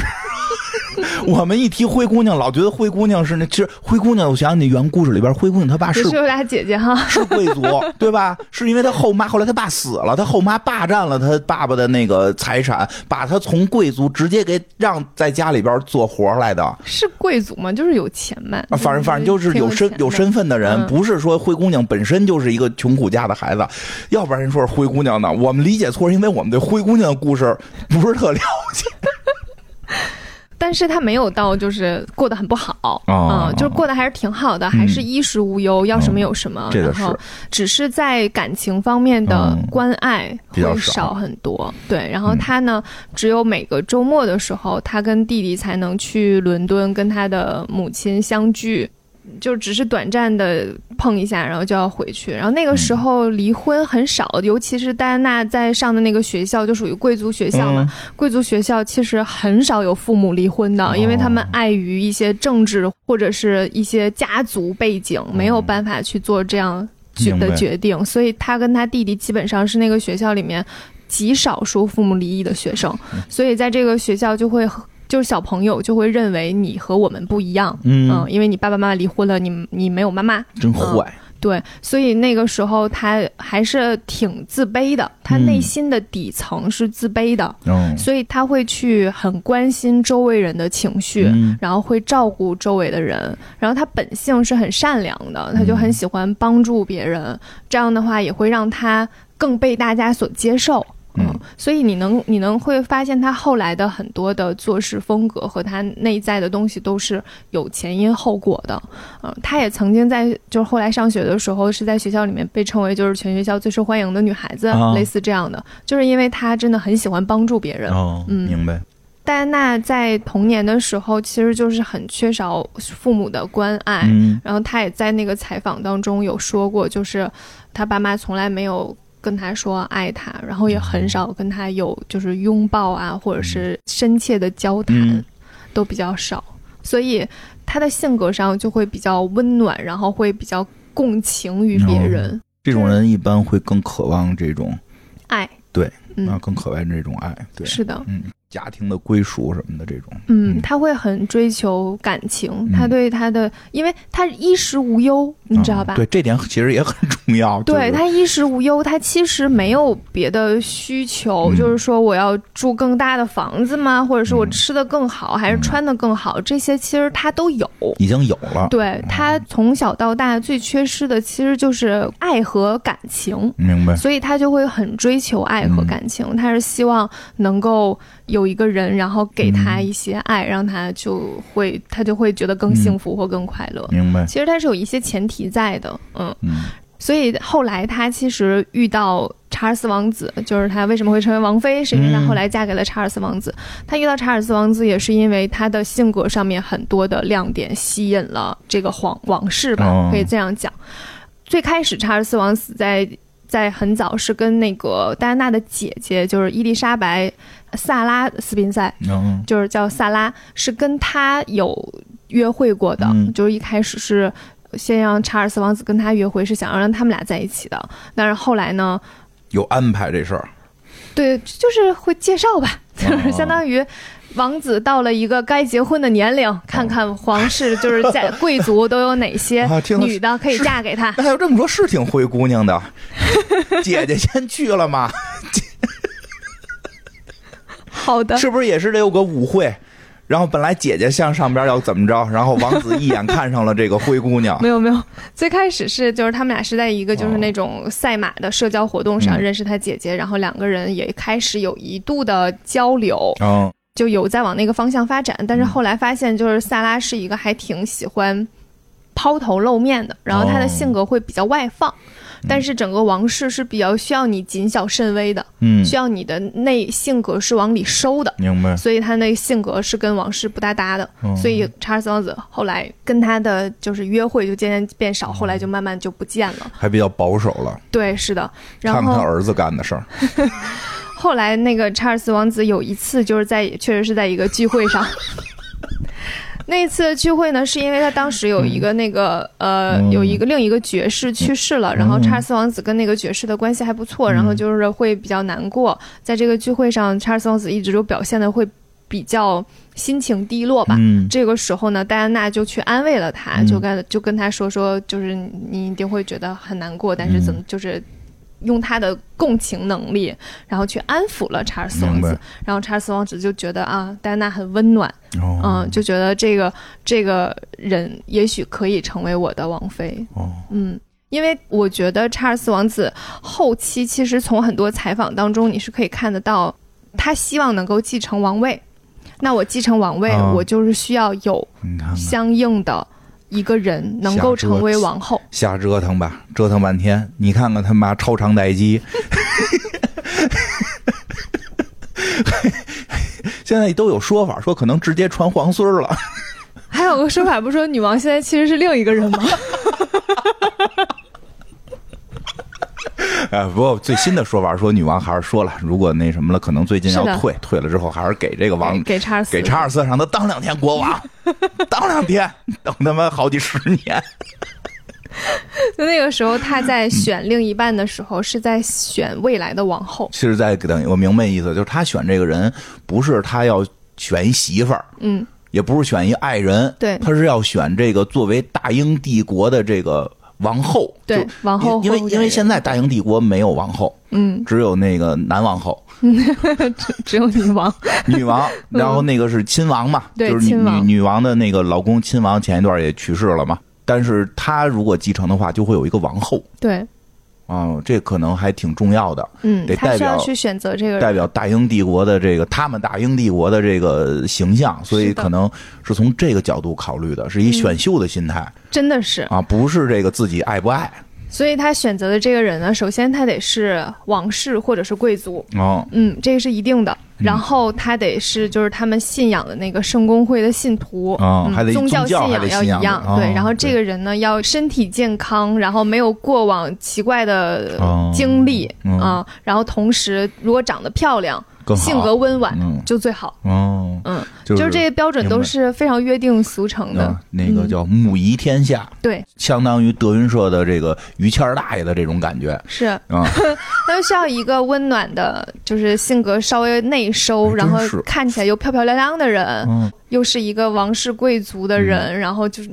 [SPEAKER 2] 是 我们一提灰姑娘，老觉得灰姑娘是那，其实灰姑娘，我想想那原故事里边，灰姑娘她爸
[SPEAKER 1] 就是是有俩姐姐哈，
[SPEAKER 2] 是贵族，对吧？是因为她后妈，后来她爸死了，她后妈霸占了她爸爸的那个财产，把她从贵族直接给让在家里边做活来的。
[SPEAKER 1] 是贵族嘛，就是有钱嘛
[SPEAKER 2] 啊，，反正反正就是
[SPEAKER 1] 挺
[SPEAKER 2] 有身
[SPEAKER 1] 钱
[SPEAKER 2] 有
[SPEAKER 1] 的，
[SPEAKER 2] 身份的人，
[SPEAKER 1] 嗯
[SPEAKER 2] 不是说灰姑娘本身就是一个穷苦家的孩子，要不然人说是灰姑娘呢，我们理解错，是因为我们对灰姑娘的故事不是特了解。
[SPEAKER 1] 但是她没有到就是过得很不好，
[SPEAKER 2] 哦嗯
[SPEAKER 1] 嗯，就是过得还是挺好的，还是衣食无忧，要什么有什么，
[SPEAKER 2] 这个
[SPEAKER 1] 然后只是在感情方面的
[SPEAKER 2] 嗯
[SPEAKER 1] 关爱
[SPEAKER 2] 比较
[SPEAKER 1] 会
[SPEAKER 2] 少嗯
[SPEAKER 1] 少很多，对。然后她呢，只有每个周末的时候，她跟弟弟才能去伦敦跟她的母亲相聚。就只是短暂的碰一下，然后就要回去。然后那个
[SPEAKER 2] 嗯
[SPEAKER 1] 时候离婚很少，尤其是戴安娜在上的那个学校，就属于贵族学校
[SPEAKER 2] 嗯
[SPEAKER 1] 嘛。贵族学校其实很少有父母离婚的，因为他们碍于一些政治或者是一些家族背景，没有办法去做这样决
[SPEAKER 2] 明白
[SPEAKER 1] 的决定，所以他跟他弟弟基本上是那个学校里面极少数父母离异的学生，所以在这个学校就会和就是小朋友就会认为你和我们不一样。嗯，因为你爸爸妈妈离婚了，你你没有妈妈，
[SPEAKER 2] 真坏，
[SPEAKER 1] 对，所以那个时候他还是挺自卑的，他
[SPEAKER 2] 嗯
[SPEAKER 1] 内心的底层是自卑的，
[SPEAKER 2] 嗯
[SPEAKER 1] 所以他会去很关心周围人的情绪，
[SPEAKER 2] 嗯
[SPEAKER 1] 然后会照顾周围的人。然后他本性是很善良的，他就很喜欢帮助别人。这样的话也会让他更被大家所接受。
[SPEAKER 2] 嗯，
[SPEAKER 1] 所以你能你能会发现他后来的很多的做事风格和他内在的东西都是有前因后果的。嗯、他也曾经在就是后来上学的时候是在学校里面被称为就是全学校最受欢迎的女孩子，
[SPEAKER 2] 啊
[SPEAKER 1] 类似这样的，就是因为他真的很喜欢帮助别人。
[SPEAKER 2] 哦，
[SPEAKER 1] 嗯
[SPEAKER 2] 明白，
[SPEAKER 1] 戴安娜在童年的时候，其实就是很缺少父母的关爱。
[SPEAKER 2] 嗯
[SPEAKER 1] 然后她也在那个采访当中有说过，就是她爸妈从来没有跟她说爱她，然后也
[SPEAKER 2] 嗯
[SPEAKER 1] 很少跟她有就是拥抱啊，或者是深切的交谈，
[SPEAKER 2] 嗯
[SPEAKER 1] 都比较少。所以她的性格上就会比较温暖，然后会比较共情于
[SPEAKER 2] 哦
[SPEAKER 1] 别人。
[SPEAKER 2] 这种人一般会更渴望这种
[SPEAKER 1] 爱，
[SPEAKER 2] 对，
[SPEAKER 1] 嗯，
[SPEAKER 2] 啊，更渴望这种爱，对，
[SPEAKER 1] 是的，
[SPEAKER 2] 嗯，家庭的归属什么的这种，
[SPEAKER 1] 嗯
[SPEAKER 2] 嗯，
[SPEAKER 1] 他会很追求感情，
[SPEAKER 2] 嗯
[SPEAKER 1] 他对他的，因为他衣食无忧，你知道吧？
[SPEAKER 2] 嗯对，这点其实也很重要，
[SPEAKER 1] 对
[SPEAKER 2] 就是
[SPEAKER 1] 他衣食无忧，他其实没有别的需求，
[SPEAKER 2] 嗯
[SPEAKER 1] 就是说我要住更大的房子吗？或者是我
[SPEAKER 2] 嗯
[SPEAKER 1] 吃的更好，还是
[SPEAKER 2] 嗯
[SPEAKER 1] 穿的更好？这些其实他都有。
[SPEAKER 2] 已经有了，
[SPEAKER 1] 对他从小到大最缺失的其实就是爱和感情，
[SPEAKER 2] 明白，
[SPEAKER 1] 所以他就会很追求爱
[SPEAKER 2] 嗯
[SPEAKER 1] 和感情。他是希望能够有一个人，然后给
[SPEAKER 2] 嗯
[SPEAKER 1] 他一些爱，让他就会他就会觉得更幸福或更快乐。
[SPEAKER 2] 明白，
[SPEAKER 1] 其实他是有一些前提在的，嗯。
[SPEAKER 2] 嗯
[SPEAKER 1] 所以后来她其实遇到查尔斯王子，就是她为什么会成为王妃，是因为她
[SPEAKER 2] 嗯
[SPEAKER 1] 后来嫁给了查尔斯王子。她遇到查尔斯王子也是因为她的性格上面很多的亮点吸引了这个皇王室吧，
[SPEAKER 2] 哦
[SPEAKER 1] 可以这样讲。最开始查尔斯王子在在很早是跟那个戴安娜的姐姐，就是伊丽莎白·萨拉斯宾塞，
[SPEAKER 2] 嗯
[SPEAKER 1] 就是叫萨拉，是跟他有约会过的，
[SPEAKER 2] 嗯
[SPEAKER 1] 就是一开始是先让查尔斯王子跟他约会，是想要让他们俩在一起的，但是后来呢，
[SPEAKER 2] 有安排这事儿，
[SPEAKER 1] 对，就是会介绍吧， 就
[SPEAKER 2] 哦
[SPEAKER 1] 是相当于。王子到了一个该结婚的年龄，看看皇室就是在贵族都有哪些
[SPEAKER 2] 啊听了
[SPEAKER 1] 女的可以嫁给他。
[SPEAKER 2] 那要这么说，是挺灰姑 娘的。姐姐先去了嘛，
[SPEAKER 1] 好的，嗯
[SPEAKER 2] 是不是也是得有个舞会？然后本来姐姐向上边要怎么着，然后王子一眼看上了这个灰姑娘
[SPEAKER 1] 没，有没有，最开始是就是他们俩是在一个就是那种赛马的社交活动上
[SPEAKER 2] 哦嗯
[SPEAKER 1] 认识他姐姐，然后两个人也开始有一度的交流，
[SPEAKER 2] 嗯
[SPEAKER 1] 就有在往那个方向发展。但是后来发现，就是萨拉是一个还挺喜欢抛头露面的，然后她的性格会比较外
[SPEAKER 2] 哦
[SPEAKER 1] 放。但是整个王室是比较需要你谨小慎微的，
[SPEAKER 2] 嗯，
[SPEAKER 1] 需要你的内性格是往里收的，
[SPEAKER 2] 明白，
[SPEAKER 1] 所以他那性格是跟王室不搭搭的，
[SPEAKER 2] 嗯
[SPEAKER 1] 所以查尔斯王子后来跟他的就是约会就渐渐变
[SPEAKER 2] 哦
[SPEAKER 1] 少，后来就慢慢就不见了。
[SPEAKER 2] 还比较保守了。
[SPEAKER 1] 对，是的。然
[SPEAKER 2] 看看他
[SPEAKER 1] 后
[SPEAKER 2] 儿子干的事儿，
[SPEAKER 1] 后来那个查尔斯王子有一次就是在确实是在一个聚会上。那一次的聚会呢，是因为他当时有一个那个、呃，
[SPEAKER 2] 嗯
[SPEAKER 1] 有一个另一个爵士去世了，然后查尔斯王子跟那个爵士的关系还不错，然后就是会比较难过。在这个聚会上，查尔斯王子一直就表现的会比较心情低落吧。
[SPEAKER 2] 嗯
[SPEAKER 1] 这个时候呢，戴安娜就去安慰了他，
[SPEAKER 2] 嗯
[SPEAKER 1] 就跟就跟他说说，就是你一定会觉得很难过，但是
[SPEAKER 2] 嗯
[SPEAKER 1] 怎么就是用他的共情能力，然后去安抚了查尔斯王
[SPEAKER 2] 明
[SPEAKER 1] 子
[SPEAKER 2] 白。
[SPEAKER 1] 然后查尔斯王子就觉得啊，戴安娜很温暖，
[SPEAKER 2] 哦
[SPEAKER 1] 嗯，就觉得这个这个人也许可以成为我的王妃，
[SPEAKER 2] 哦，
[SPEAKER 1] 嗯。因为我觉得查尔斯王子后期其实从很多采访当中，你是可以看得到，他希望能够继承王位。那我继承王位，
[SPEAKER 2] 啊
[SPEAKER 1] 我就是需要有
[SPEAKER 2] 你看看，
[SPEAKER 1] 相应的一个人能够成为王后。
[SPEAKER 2] 瞎折腾吧，折腾半天，你看看他妈超长待机。 现在都有说法，说可能直接传皇孙儿了。
[SPEAKER 1] 还有个说法不是说女王现在其实是另一个人吗？
[SPEAKER 2] 哎，不过最新的说法说女王还是说了，如果那什么了，可能最近
[SPEAKER 1] 是的
[SPEAKER 2] 要退，退了之后还是给这个 王
[SPEAKER 1] 给查尔斯，
[SPEAKER 2] 给查尔斯让他当两天国 王，当两天，等他妈好几十年。
[SPEAKER 1] 就那个时候他在选另一半的时候是在选未来的王后。
[SPEAKER 2] 其实，在等于我明白意思，就是他选这个人不是他要选一媳妇儿，
[SPEAKER 1] 嗯，
[SPEAKER 2] 也不是选一爱人，
[SPEAKER 1] 对
[SPEAKER 2] 他是要选这个作为大英帝国的这个王后，
[SPEAKER 1] 对
[SPEAKER 2] 就
[SPEAKER 1] 王后
[SPEAKER 2] 因为
[SPEAKER 1] 后
[SPEAKER 2] 因为
[SPEAKER 1] 人
[SPEAKER 2] 现在大英帝国没有王后，
[SPEAKER 1] 嗯，
[SPEAKER 2] 只有那个男王后、
[SPEAKER 1] 只有女王。
[SPEAKER 2] 女王，然后那个是亲王嘛，
[SPEAKER 1] 嗯对
[SPEAKER 2] 就是女
[SPEAKER 1] 亲
[SPEAKER 2] 女
[SPEAKER 1] 王
[SPEAKER 2] 女王的那个老公亲王前一段也去世了嘛，但是他如果继承的话，就会有一个王后
[SPEAKER 1] 对，
[SPEAKER 2] 啊、这可能还挺重要的，
[SPEAKER 1] 嗯，
[SPEAKER 2] 得
[SPEAKER 1] 他
[SPEAKER 2] 代
[SPEAKER 1] 需要
[SPEAKER 2] 表
[SPEAKER 1] 去选择这个人。
[SPEAKER 2] 代表大英帝国的这个他们大英帝国的这个形象，所以
[SPEAKER 1] 是的
[SPEAKER 2] 可能是从这个角度考虑的，是以选秀的心态、
[SPEAKER 1] 真的是，
[SPEAKER 2] 啊，不是这个自己爱不爱
[SPEAKER 1] 所以他选择的这个人呢，首先他得是王室或者是贵族，
[SPEAKER 2] 哦，
[SPEAKER 1] 嗯，这个是一定的。
[SPEAKER 2] 嗯
[SPEAKER 1] 然后他得是就是他们信仰的那个圣公会的信徒，
[SPEAKER 2] 哦还得
[SPEAKER 1] 嗯、宗
[SPEAKER 2] 宗
[SPEAKER 1] 信
[SPEAKER 2] 教还得
[SPEAKER 1] 仰要
[SPEAKER 2] 信
[SPEAKER 1] 一
[SPEAKER 2] 仰
[SPEAKER 1] 样，
[SPEAKER 2] 的哦
[SPEAKER 1] 对。然后这
[SPEAKER 2] 对
[SPEAKER 1] 个人呢要身体健康，然后没有过往奇怪的
[SPEAKER 2] 哦
[SPEAKER 1] 经历啊、
[SPEAKER 2] 嗯
[SPEAKER 1] 然后同时如果长得漂亮，
[SPEAKER 2] 更好
[SPEAKER 1] 性格温婉、
[SPEAKER 2] 嗯
[SPEAKER 1] 就最好。
[SPEAKER 2] 哦，
[SPEAKER 1] 嗯，
[SPEAKER 2] 就
[SPEAKER 1] 就是这些嗯标准
[SPEAKER 2] 明
[SPEAKER 1] 都
[SPEAKER 2] 白
[SPEAKER 1] 是非常约定俗成的。
[SPEAKER 2] 啊，那个叫母仪天下，
[SPEAKER 1] 对，
[SPEAKER 2] 相当于德云社的这个于谦儿大爷的这种感觉
[SPEAKER 1] 是，
[SPEAKER 2] 啊，
[SPEAKER 1] 他们需要一个温暖的，就是性格稍微内收，
[SPEAKER 2] 还真
[SPEAKER 1] 然后
[SPEAKER 2] 是
[SPEAKER 1] 看起来又漂漂亮亮的人，
[SPEAKER 2] 嗯，
[SPEAKER 1] 又是一个王室贵族的人，然后就是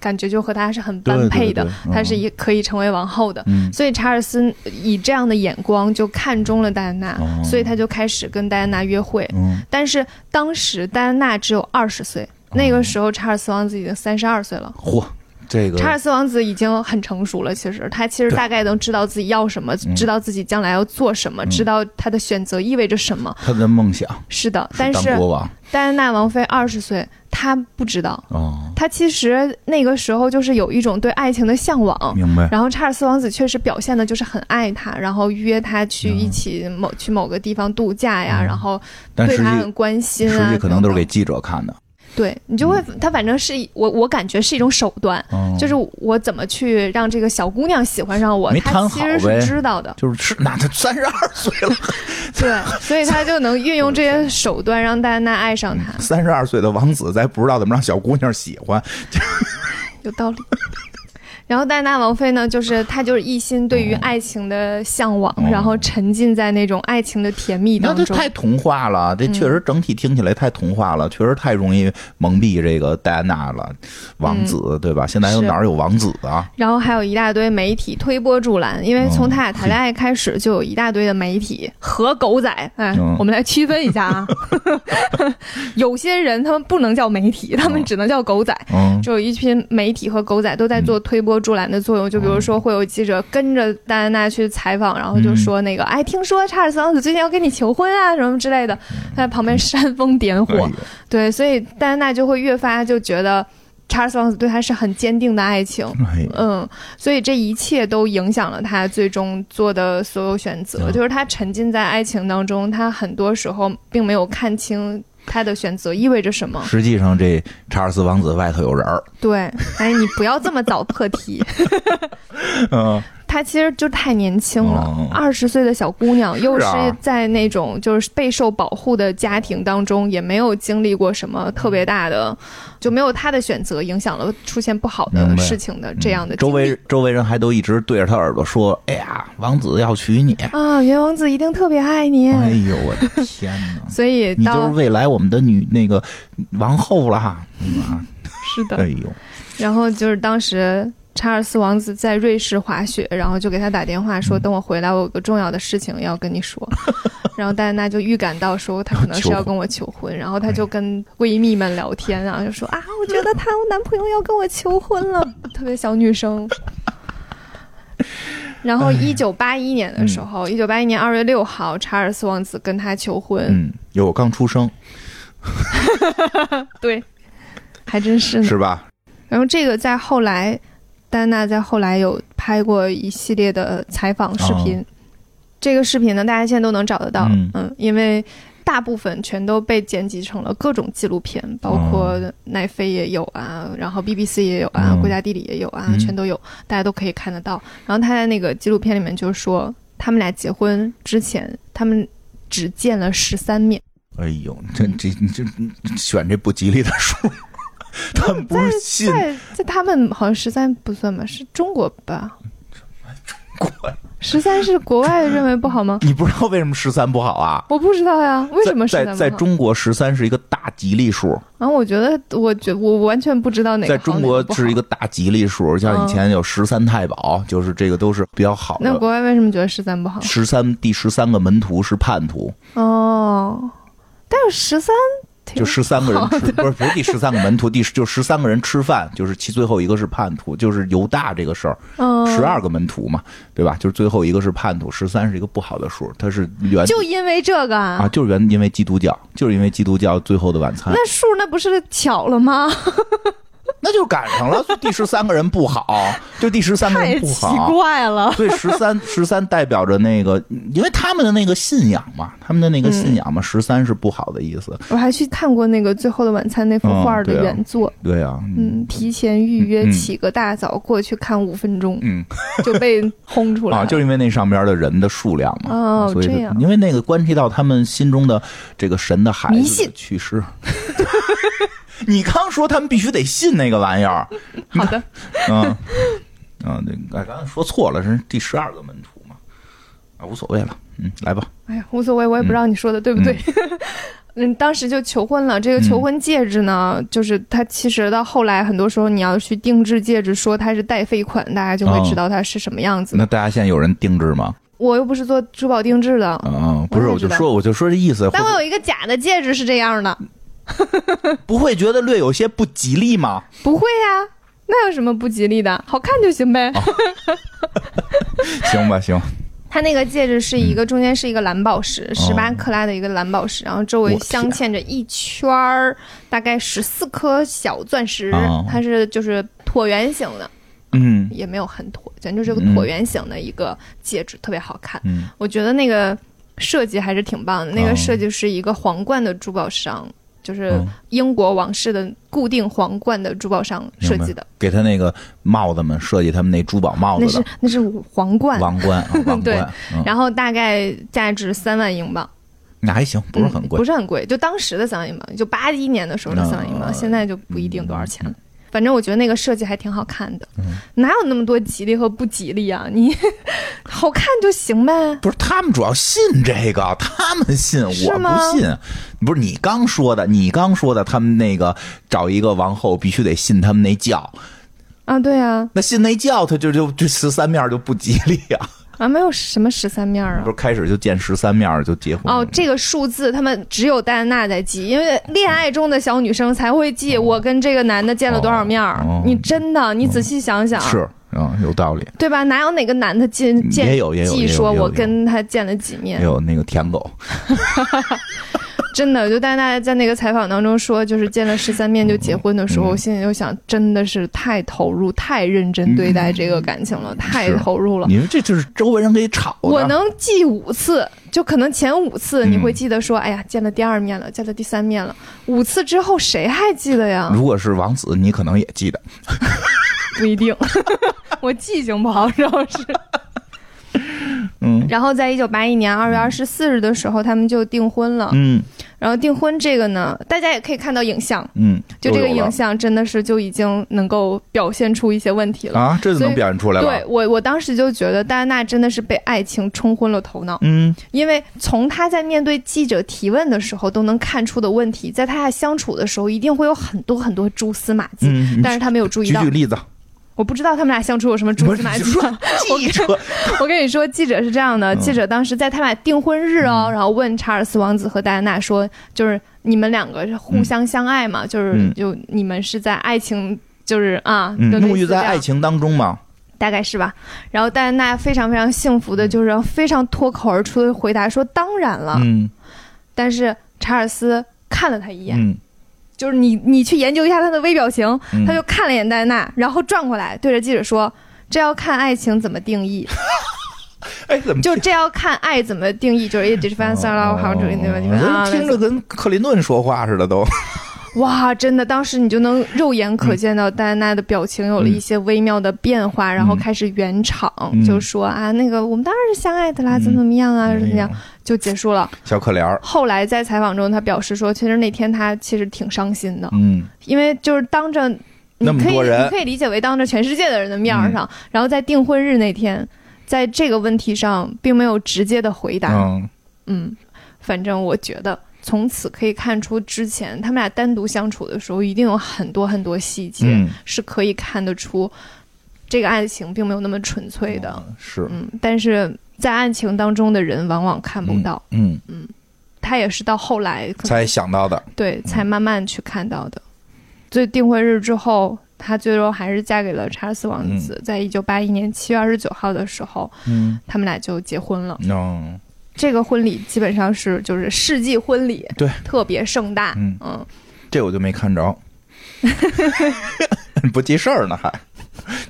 [SPEAKER 1] 感觉就和他是很般配的，
[SPEAKER 2] 对对对嗯
[SPEAKER 1] 他是一可以成为王后的。
[SPEAKER 2] 嗯
[SPEAKER 1] 所以查尔斯以这样的眼光就看中了戴安娜，
[SPEAKER 2] 哦
[SPEAKER 1] 所以他就开始跟戴安娜约会。
[SPEAKER 2] 嗯，
[SPEAKER 1] 但是当时戴安娜只有二十岁，
[SPEAKER 2] 哦
[SPEAKER 1] 那个时候查尔斯王子已经三十二岁了。
[SPEAKER 2] 嚯，这个
[SPEAKER 1] 查尔斯王子已经很成熟了，其实他其实大概能知道自己要什么，
[SPEAKER 2] 嗯
[SPEAKER 1] 知道自己将来要做什么，知道他的选择意味着什么。
[SPEAKER 2] 他的梦想
[SPEAKER 1] 是的，
[SPEAKER 2] 是
[SPEAKER 1] 但
[SPEAKER 2] 当
[SPEAKER 1] 是
[SPEAKER 2] 国王
[SPEAKER 1] 戴安娜王妃二十岁，她不知道，
[SPEAKER 2] 哦，
[SPEAKER 1] 她其实那个时候就是有一种对爱情的向往。
[SPEAKER 2] 明白，
[SPEAKER 1] 然后查尔斯王子确实表现的就是很爱她，然后约她去一起某、去某个地方度假呀，然后
[SPEAKER 2] 嗯但
[SPEAKER 1] 对
[SPEAKER 2] 实
[SPEAKER 1] 她很
[SPEAKER 2] 际
[SPEAKER 1] 关心啊
[SPEAKER 2] 实，际可能
[SPEAKER 1] 等
[SPEAKER 2] 都是给
[SPEAKER 1] 等
[SPEAKER 2] 记者看的，
[SPEAKER 1] 对你就会，她反正是一我我感觉是一种手段，
[SPEAKER 2] 嗯哦
[SPEAKER 1] 就是我怎么去让这个小姑娘喜欢上我，
[SPEAKER 2] 没
[SPEAKER 1] 她
[SPEAKER 2] 谈
[SPEAKER 1] 其
[SPEAKER 2] 好
[SPEAKER 1] 实
[SPEAKER 2] 呗，
[SPEAKER 1] 是知道的
[SPEAKER 2] 就是是那他三十二岁了，
[SPEAKER 1] 对，所以她就能运用这些手段让戴安娜爱上 他，
[SPEAKER 2] 三十二岁的王子在不知道怎么让小姑娘喜欢，
[SPEAKER 1] 有道理。然后戴安娜王妃呢，就是她就是一心对
[SPEAKER 2] 嗯
[SPEAKER 1] 于爱情的向往，然后沉浸在那种爱情的甜蜜
[SPEAKER 2] 那
[SPEAKER 1] 当
[SPEAKER 2] 这
[SPEAKER 1] 中。
[SPEAKER 2] 太童话了，这确
[SPEAKER 1] 嗯
[SPEAKER 2] 实整体听起来太童话了，确实太容易蒙蔽这个戴安娜了，王子、对吧？现在
[SPEAKER 1] 嗯
[SPEAKER 2] 又
[SPEAKER 1] 是
[SPEAKER 2] 哪儿有王子啊？
[SPEAKER 1] 然后还有一大堆媒体推波助澜，因为从
[SPEAKER 2] 嗯
[SPEAKER 1] 他俩谈恋爱开始，就有一大堆的媒体 和狗仔。哎，
[SPEAKER 2] 嗯
[SPEAKER 1] 我们来区分一下 啊， 有些人他们不能叫媒体，他们
[SPEAKER 2] 嗯
[SPEAKER 1] 只能叫狗仔。
[SPEAKER 2] 嗯，
[SPEAKER 1] 就有一群媒体和狗仔都在做推波助澜的作用，就比如说会有记者跟着戴安娜去采访，然后就说
[SPEAKER 2] 嗯
[SPEAKER 1] 那个，哎，听说查尔斯王子最近要跟你求婚啊，什么之类的，他在旁边煽风点
[SPEAKER 2] 哎
[SPEAKER 1] 火，
[SPEAKER 2] 呦
[SPEAKER 1] 对，所以戴安娜就会越发就觉得查尔斯王子对她是很坚定的爱情，
[SPEAKER 2] 哎呦
[SPEAKER 1] 嗯，所以这一切都影响了他最终做的所有选择，
[SPEAKER 2] 嗯
[SPEAKER 1] 就是他沉浸在爱情当中，他很多时候并没有看清他的选择意味着什么。
[SPEAKER 2] 实际上这查尔斯王子外头有人儿，
[SPEAKER 1] 对，哎，你不要这么早破题，
[SPEAKER 2] 嗯，
[SPEAKER 1] 她其实就太年轻了
[SPEAKER 2] 哦，
[SPEAKER 1] 二十、岁的小姑娘，又是
[SPEAKER 2] 啊
[SPEAKER 1] 在那种就是备受保护的家庭当中，也没有经历过什么特别大的，就没有她的选择影响了出现不好的
[SPEAKER 2] 明白嗯
[SPEAKER 1] 事情的这样的
[SPEAKER 2] 周
[SPEAKER 1] 经历
[SPEAKER 2] 围周围人还都一直对着他耳朵说：“哎呀，王子要娶你。”
[SPEAKER 1] 啊，元王子一定特别爱你，
[SPEAKER 2] 哎呦，我的天 哪！
[SPEAKER 1] 所以
[SPEAKER 2] 你就是
[SPEAKER 1] 嗯到
[SPEAKER 2] 未来我们的女那个王后啦，嗯啊，
[SPEAKER 1] 是的
[SPEAKER 2] 哎，呦，
[SPEAKER 1] 然后就是当时查尔斯王子在瑞士滑雪，然后就给他打电话
[SPEAKER 2] 嗯
[SPEAKER 1] 说，等我回来，我有个重要的事情要跟你 说。然后戴安娜就预感到说他可能是要跟我求婚，然后她就跟闺蜜们聊天啊，就说啊，我觉得她男朋友要跟我求婚 了，特别小女生。然后，一九八一年的时候，一九八一年二月六号，查尔斯王子跟她求婚，
[SPEAKER 2] 嗯，有我刚出生
[SPEAKER 1] 对，还真是呢。
[SPEAKER 2] 是吧？
[SPEAKER 1] 然后这个在后来，戴安娜在后来有拍过一系列的采访视频，这个视频呢，大家现在都能找得到，嗯
[SPEAKER 2] 嗯
[SPEAKER 1] 因为大部分全都被剪辑成了各种纪录片，包括奈飞也有啊，然后 BBC 也有啊，
[SPEAKER 2] 嗯
[SPEAKER 1] 国家地理也有啊，
[SPEAKER 2] 嗯
[SPEAKER 1] 全都有，大家都可以看得到。然后他在那个纪录片里面就说，他们俩结婚之前，他们只见了十三面。
[SPEAKER 2] 哎呦，这这这这选这不吉利的 数，他们不是信
[SPEAKER 1] 在在他们好像十三不算吧，是中国吧？
[SPEAKER 2] 国，
[SPEAKER 1] 十三是国外认为不好 吗？
[SPEAKER 2] 你不知道为什么十三不好啊？
[SPEAKER 1] 我不知道呀，为什么十
[SPEAKER 2] 在
[SPEAKER 1] 三不
[SPEAKER 2] 在在
[SPEAKER 1] 好？
[SPEAKER 2] 中国十三是一个大吉利数，
[SPEAKER 1] 然后我觉得，我觉我完全不知道哪个
[SPEAKER 2] 在中国是一
[SPEAKER 1] 个。
[SPEAKER 2] 个大吉利数，像以前有十三太保，就是这个都是比较好
[SPEAKER 1] 那
[SPEAKER 2] 的。
[SPEAKER 1] 国外为什么觉得十三不好？
[SPEAKER 2] 十三第十三个门徒是叛 徒，
[SPEAKER 1] 哦，但是十三挺
[SPEAKER 2] 就十三个人吃，不是不是第十三个门徒，第十就十三个人吃饭，就是其最后一个是叛徒，就是犹大这个事儿，
[SPEAKER 1] 嗯
[SPEAKER 2] 十二个门徒嘛，对吧？就是最后一个是叛徒，十三是一个不好的数，它是原
[SPEAKER 1] 就因为这个啊
[SPEAKER 2] 啊，就是原因为基督教，就是因为基督教最后的晚餐，
[SPEAKER 1] 那数那不是巧了吗？
[SPEAKER 2] 那就赶上了。第十三个人 不好，就第十三个
[SPEAKER 1] 太
[SPEAKER 2] 人不
[SPEAKER 1] 奇
[SPEAKER 2] 好，
[SPEAKER 1] 怪 了。
[SPEAKER 2] 对，十三十三代表着那个，因为他们的那个信仰嘛，他们的那个信仰嘛，十三是不好的意思。
[SPEAKER 1] 我还去看过那个《最后的晚餐》那幅画
[SPEAKER 2] 嗯对
[SPEAKER 1] 的
[SPEAKER 2] 啊
[SPEAKER 1] 原作，
[SPEAKER 2] 对呀、
[SPEAKER 1] 嗯，提前预约
[SPEAKER 2] 嗯嗯
[SPEAKER 1] 起个大早过去看五分钟
[SPEAKER 2] 嗯
[SPEAKER 1] 就被轰出来
[SPEAKER 2] 啊，
[SPEAKER 1] 了。
[SPEAKER 2] 就是因为那上边的人的数量嘛，啊
[SPEAKER 1] 哦
[SPEAKER 2] 所以
[SPEAKER 1] 这样
[SPEAKER 2] 因为那个关系到他们心中的这个神的孩
[SPEAKER 1] 迷
[SPEAKER 2] 子
[SPEAKER 1] 信
[SPEAKER 2] 的去世。 你刚说他们必须得信那个玩意儿，
[SPEAKER 1] 好的，
[SPEAKER 2] 嗯嗯，对，哎，刚才说错了，是第十二个门徒嘛，啊，无所谓了，嗯，来吧，
[SPEAKER 1] 哎呀，无所谓，我也不知道你说的、对不对。 嗯，当时就求婚了。这个求婚戒指呢，
[SPEAKER 2] 嗯
[SPEAKER 1] 就是它其实到后来，很多时候你要去定制戒指，说它是代费款，大家就会
[SPEAKER 2] 哦
[SPEAKER 1] 知道它是什么样子的。
[SPEAKER 2] 那大家现在有人定制吗？
[SPEAKER 1] 我又不是做珠宝定制的，
[SPEAKER 2] 嗯，不是，
[SPEAKER 1] 哦我
[SPEAKER 2] 我
[SPEAKER 1] 也知
[SPEAKER 2] 就
[SPEAKER 1] 道
[SPEAKER 2] 说，我就说这意思，会
[SPEAKER 1] 但
[SPEAKER 2] 不
[SPEAKER 1] 我
[SPEAKER 2] 会
[SPEAKER 1] 有一个假的戒指是这样的，
[SPEAKER 2] 不会觉得略有些不吉利 吗？
[SPEAKER 1] 不会呀、那有什么不吉利的？好看就行呗。
[SPEAKER 2] 行吧，行，
[SPEAKER 1] 它那个戒指是
[SPEAKER 2] 嗯
[SPEAKER 1] 一个中间是一个蓝宝石，十八、克拉的一个蓝宝石，然后周围
[SPEAKER 2] 哦我天
[SPEAKER 1] 镶嵌着一圈儿，大概十四颗小钻石，
[SPEAKER 2] 哦
[SPEAKER 1] 它是就是椭圆形的，
[SPEAKER 2] 嗯
[SPEAKER 1] 也没有很椭，咱就是个椭圆形的一个戒指，特别好看。
[SPEAKER 2] 嗯，
[SPEAKER 1] 我觉得那个设计还是挺棒的，那个
[SPEAKER 2] 哦
[SPEAKER 1] 设计是一个皇冠的珠宝商，就是
[SPEAKER 2] 哦
[SPEAKER 1] 英国王室的固定皇冠的珠宝商设计的，
[SPEAKER 2] 给他那个帽子们设计他们那珠宝帽
[SPEAKER 1] 那
[SPEAKER 2] 子
[SPEAKER 1] 是
[SPEAKER 2] 的
[SPEAKER 1] 那是皇冠。
[SPEAKER 2] 王 冠啊，王
[SPEAKER 1] 对
[SPEAKER 2] 冠，嗯，
[SPEAKER 1] 然后大概价值三万英镑，
[SPEAKER 2] 那还行，不是很
[SPEAKER 1] 嗯
[SPEAKER 2] 贵
[SPEAKER 1] 不，是很贵，就当时的三万英镑，就八一年的时候的三万英镑，
[SPEAKER 2] 嗯嗯
[SPEAKER 1] 现在就不一定多少钱了。反正我觉得那个设计还挺好看的，哪有那么多吉利和不吉利啊？你 好看就行呗。
[SPEAKER 2] 不是他们主要信这个， 他们信我
[SPEAKER 1] 是吗
[SPEAKER 2] 不信。不是你刚说的，你刚说的，他们那个找一个王后必须得信他们那教，
[SPEAKER 1] 啊，对啊，
[SPEAKER 2] 那信那教他就就这十三面儿就不吉利 啊！
[SPEAKER 1] 啊，没有什么十三面啊
[SPEAKER 2] 不。是开始就见十三面儿就结婚
[SPEAKER 1] 哦，这个数字他们只有戴安娜在记，因为恋爱中的小女生才会记我跟这个男的见了多少面儿。
[SPEAKER 2] 哦哦哦
[SPEAKER 1] 你真的，你仔细想想，
[SPEAKER 2] 是嗯，有道理。
[SPEAKER 1] 对吧？哪有哪个男的见见
[SPEAKER 2] 也有也有也
[SPEAKER 1] 记
[SPEAKER 2] 有
[SPEAKER 1] 说
[SPEAKER 2] 也有
[SPEAKER 1] 我
[SPEAKER 2] 也有
[SPEAKER 1] 跟他见了几
[SPEAKER 2] 还
[SPEAKER 1] 面？
[SPEAKER 2] 有那个舔狗，
[SPEAKER 1] 真的，就戴安娜在那个采访当中说，就是见了十三面就结婚的时候，我
[SPEAKER 2] 嗯
[SPEAKER 1] 心里就想，真的是太投入、太认真对待这个感情了，太投入了。
[SPEAKER 2] 嗯你们这就是周围人给吵的。
[SPEAKER 1] 我能记五次，就可能前五次
[SPEAKER 2] 嗯
[SPEAKER 1] 你会记得说，哎呀，见了第二面了，见了第三面了。五次之后谁还记得呀？
[SPEAKER 2] 如果是王子，你可能也记得。
[SPEAKER 1] 不一定， 我记性不好，主要是。
[SPEAKER 2] 嗯
[SPEAKER 1] 然后在一九八一年二月二十四日的时候，他们就订婚了。
[SPEAKER 2] 嗯
[SPEAKER 1] 然后订婚这个呢，大家也可以看到影像，
[SPEAKER 2] 嗯，
[SPEAKER 1] 就这个
[SPEAKER 2] 都有了
[SPEAKER 1] 影像真的是就已经能够表现出一些问题了。
[SPEAKER 2] 啊，这就
[SPEAKER 1] 所以
[SPEAKER 2] 能表现出来了。
[SPEAKER 1] 对，我，我当时就觉得戴安娜真的是被爱情冲昏了头脑，
[SPEAKER 2] 嗯
[SPEAKER 1] 因为从她在面对记者提问的时候都能看出的问题，在她俩相处的时候一定会有很多很多蛛丝马迹，
[SPEAKER 2] 嗯，
[SPEAKER 1] 但是她没有注意
[SPEAKER 2] 举
[SPEAKER 1] 到
[SPEAKER 2] 举。例 子，
[SPEAKER 1] 我不知道他们俩相处有什么蛛丝马迹
[SPEAKER 2] 不是你。
[SPEAKER 1] 我
[SPEAKER 2] 记者
[SPEAKER 1] 我跟你说，记者是这样的，
[SPEAKER 2] 嗯
[SPEAKER 1] 记者当时在他俩订婚日哦，然后问查尔斯王子和戴安娜说，就是你们两个是互相相爱嘛，就是
[SPEAKER 2] 嗯
[SPEAKER 1] 就你们是在爱情。就是啊，
[SPEAKER 2] 嗯
[SPEAKER 1] 就类似
[SPEAKER 2] 沐浴在
[SPEAKER 1] 这样
[SPEAKER 2] 爱情当中嘛，
[SPEAKER 1] 大概是吧。然后戴安娜非常非常幸福的，就是非常脱口而出的回答说：“当然了。
[SPEAKER 2] 嗯
[SPEAKER 1] 但是查尔斯看了他一眼，
[SPEAKER 2] 嗯，
[SPEAKER 1] 就是你你去研究一下他的微表情，
[SPEAKER 2] 嗯
[SPEAKER 1] 他就看了一眼戴安娜，然后转过来对着记者说：“这要看爱情怎么定义。”
[SPEAKER 2] 哎， 怎么
[SPEAKER 1] 就这要看爱怎么定义，就是 it depends on how to 那个你们啊
[SPEAKER 2] 哦，听着跟克林顿说话似的都。
[SPEAKER 1] 哇，真的，当时你就能肉眼可见到戴安娜的表情有了一些微妙的变化，然后开始圆场，
[SPEAKER 2] 嗯
[SPEAKER 1] 就说啊，那个我们当然是相爱的啦，
[SPEAKER 2] 嗯
[SPEAKER 1] 怎么怎么样啊，怎么样
[SPEAKER 2] 哎呦
[SPEAKER 1] 就结束了。
[SPEAKER 2] 小可怜儿，
[SPEAKER 1] 后来在采访中，她表示说，其实那天她其实挺伤心的，
[SPEAKER 2] 嗯，
[SPEAKER 1] 因为就是当着你
[SPEAKER 2] 那么
[SPEAKER 1] 可以
[SPEAKER 2] 多人
[SPEAKER 1] 你可以理解为当着全世界的人的面儿上，然后在订婚日那
[SPEAKER 2] 嗯
[SPEAKER 1] 天，在这个问题上并没有直接的回答，
[SPEAKER 2] 嗯，
[SPEAKER 1] 嗯，反正我觉得从此可以看出，之前他们俩单独相处的时候，一定有很多很多细节、
[SPEAKER 2] 嗯
[SPEAKER 1] 是可以看得出，这个爱情并没有那么纯粹的。
[SPEAKER 2] 是，
[SPEAKER 1] 嗯，但是在爱情当中的人往往看不到，
[SPEAKER 2] 嗯，
[SPEAKER 1] 他也是到后来可能
[SPEAKER 2] 才嗯想到的，
[SPEAKER 1] 对才慢慢去看到的。所以订婚日之后，她最终还是嫁给了查尔斯王子。在一九八一年七月二十九号的时候，
[SPEAKER 2] 嗯，
[SPEAKER 1] 他们俩就结婚了。
[SPEAKER 2] 嗯，
[SPEAKER 1] 这个婚礼基本上是就是世纪婚礼，
[SPEAKER 2] 对，
[SPEAKER 1] 特别盛大，
[SPEAKER 2] 嗯这我就没 看着，不记事儿呢还，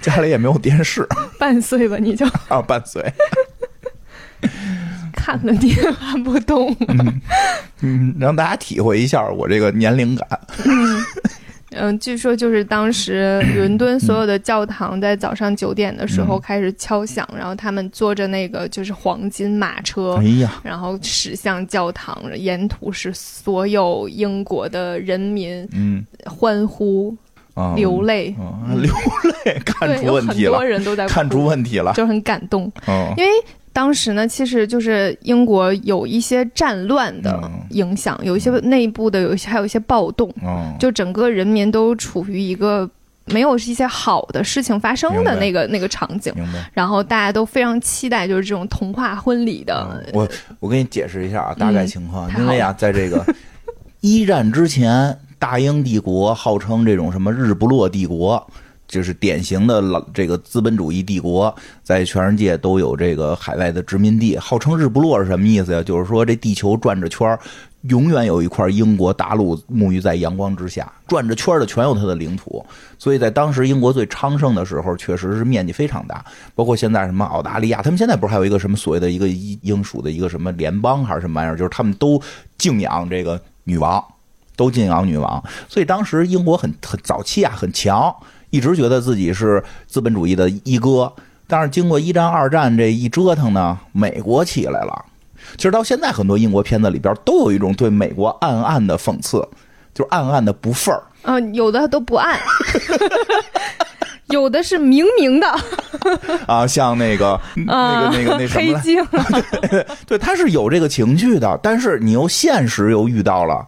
[SPEAKER 2] 家里也没有电视
[SPEAKER 1] 半岁吧你就
[SPEAKER 2] 啊， 伴随，
[SPEAKER 1] 看了你也看不 懂，
[SPEAKER 2] 嗯，让大家体会一下我这个年龄感，
[SPEAKER 1] 嗯，据说就是当时
[SPEAKER 2] 嗯
[SPEAKER 1] 伦敦所有的教堂在早上九点的时候开始敲响，然后他们坐着那个就是黄金马车。
[SPEAKER 2] 哎呀，
[SPEAKER 1] 然后驶向教堂，沿途是所有英国的人民
[SPEAKER 2] 嗯，
[SPEAKER 1] 欢呼、
[SPEAKER 2] 啊，
[SPEAKER 1] 流泪，
[SPEAKER 2] 啊，流泪，看
[SPEAKER 1] 对，
[SPEAKER 2] 出
[SPEAKER 1] 有
[SPEAKER 2] 问
[SPEAKER 1] 很
[SPEAKER 2] 题
[SPEAKER 1] 多
[SPEAKER 2] 了，
[SPEAKER 1] 人都在
[SPEAKER 2] 看出
[SPEAKER 1] 哭，
[SPEAKER 2] 问题了，
[SPEAKER 1] 就很感动。
[SPEAKER 2] 嗯
[SPEAKER 1] 因为当时呢，其实就是英国有一些战乱的
[SPEAKER 2] 嗯
[SPEAKER 1] 影响，有一些内部的，有一些还有一些暴动，
[SPEAKER 2] 嗯，
[SPEAKER 1] 就整个人民都处于一个没有一些好的事情发生
[SPEAKER 2] 明
[SPEAKER 1] 的
[SPEAKER 2] 白
[SPEAKER 1] 那个那个场景。
[SPEAKER 2] 明白。
[SPEAKER 1] 然后大家都非常期待，就是这种童话婚礼的，
[SPEAKER 2] 嗯我我给你解释一下啊，大概
[SPEAKER 1] 呃嗯
[SPEAKER 2] 情况，
[SPEAKER 1] 太
[SPEAKER 2] 因为啊，在 这个一战之前，大英帝国号称这种什么日不落帝国。就是典型的老这个资本主义帝国，在全世界都有这个海外的殖民地，号称日不落是什么意思呀？就是说这地球转着圈儿，永远有一块英国大陆沐浴在阳光之下，转着圈儿的全有它的领土。所以在当时英国最昌盛的时候，确实是面积非常大，包括现在什么澳大利亚，他们现在不是还有一个什么所谓的一个英英属的一个什么联邦还是什么玩意儿，就是他们都敬仰这个女王，都敬仰女王。所以当时英国很很早期啊，很强，一直觉得自己是资本主义的一哥。但是经过一战、二战这一折腾呢，美国起来了。其实到现在，很多英国片子里边都有一种对美国暗暗的讽刺，就是暗暗的不忿儿。
[SPEAKER 1] 嗯、有的都不按， 有的是明明的，
[SPEAKER 2] 啊，像那个、那
[SPEAKER 1] 啊，
[SPEAKER 2] 个那个那什
[SPEAKER 1] 黑
[SPEAKER 2] 么来，
[SPEAKER 1] 镜，
[SPEAKER 2] 对，他是有这个情绪的，但是你又现实又遇到了，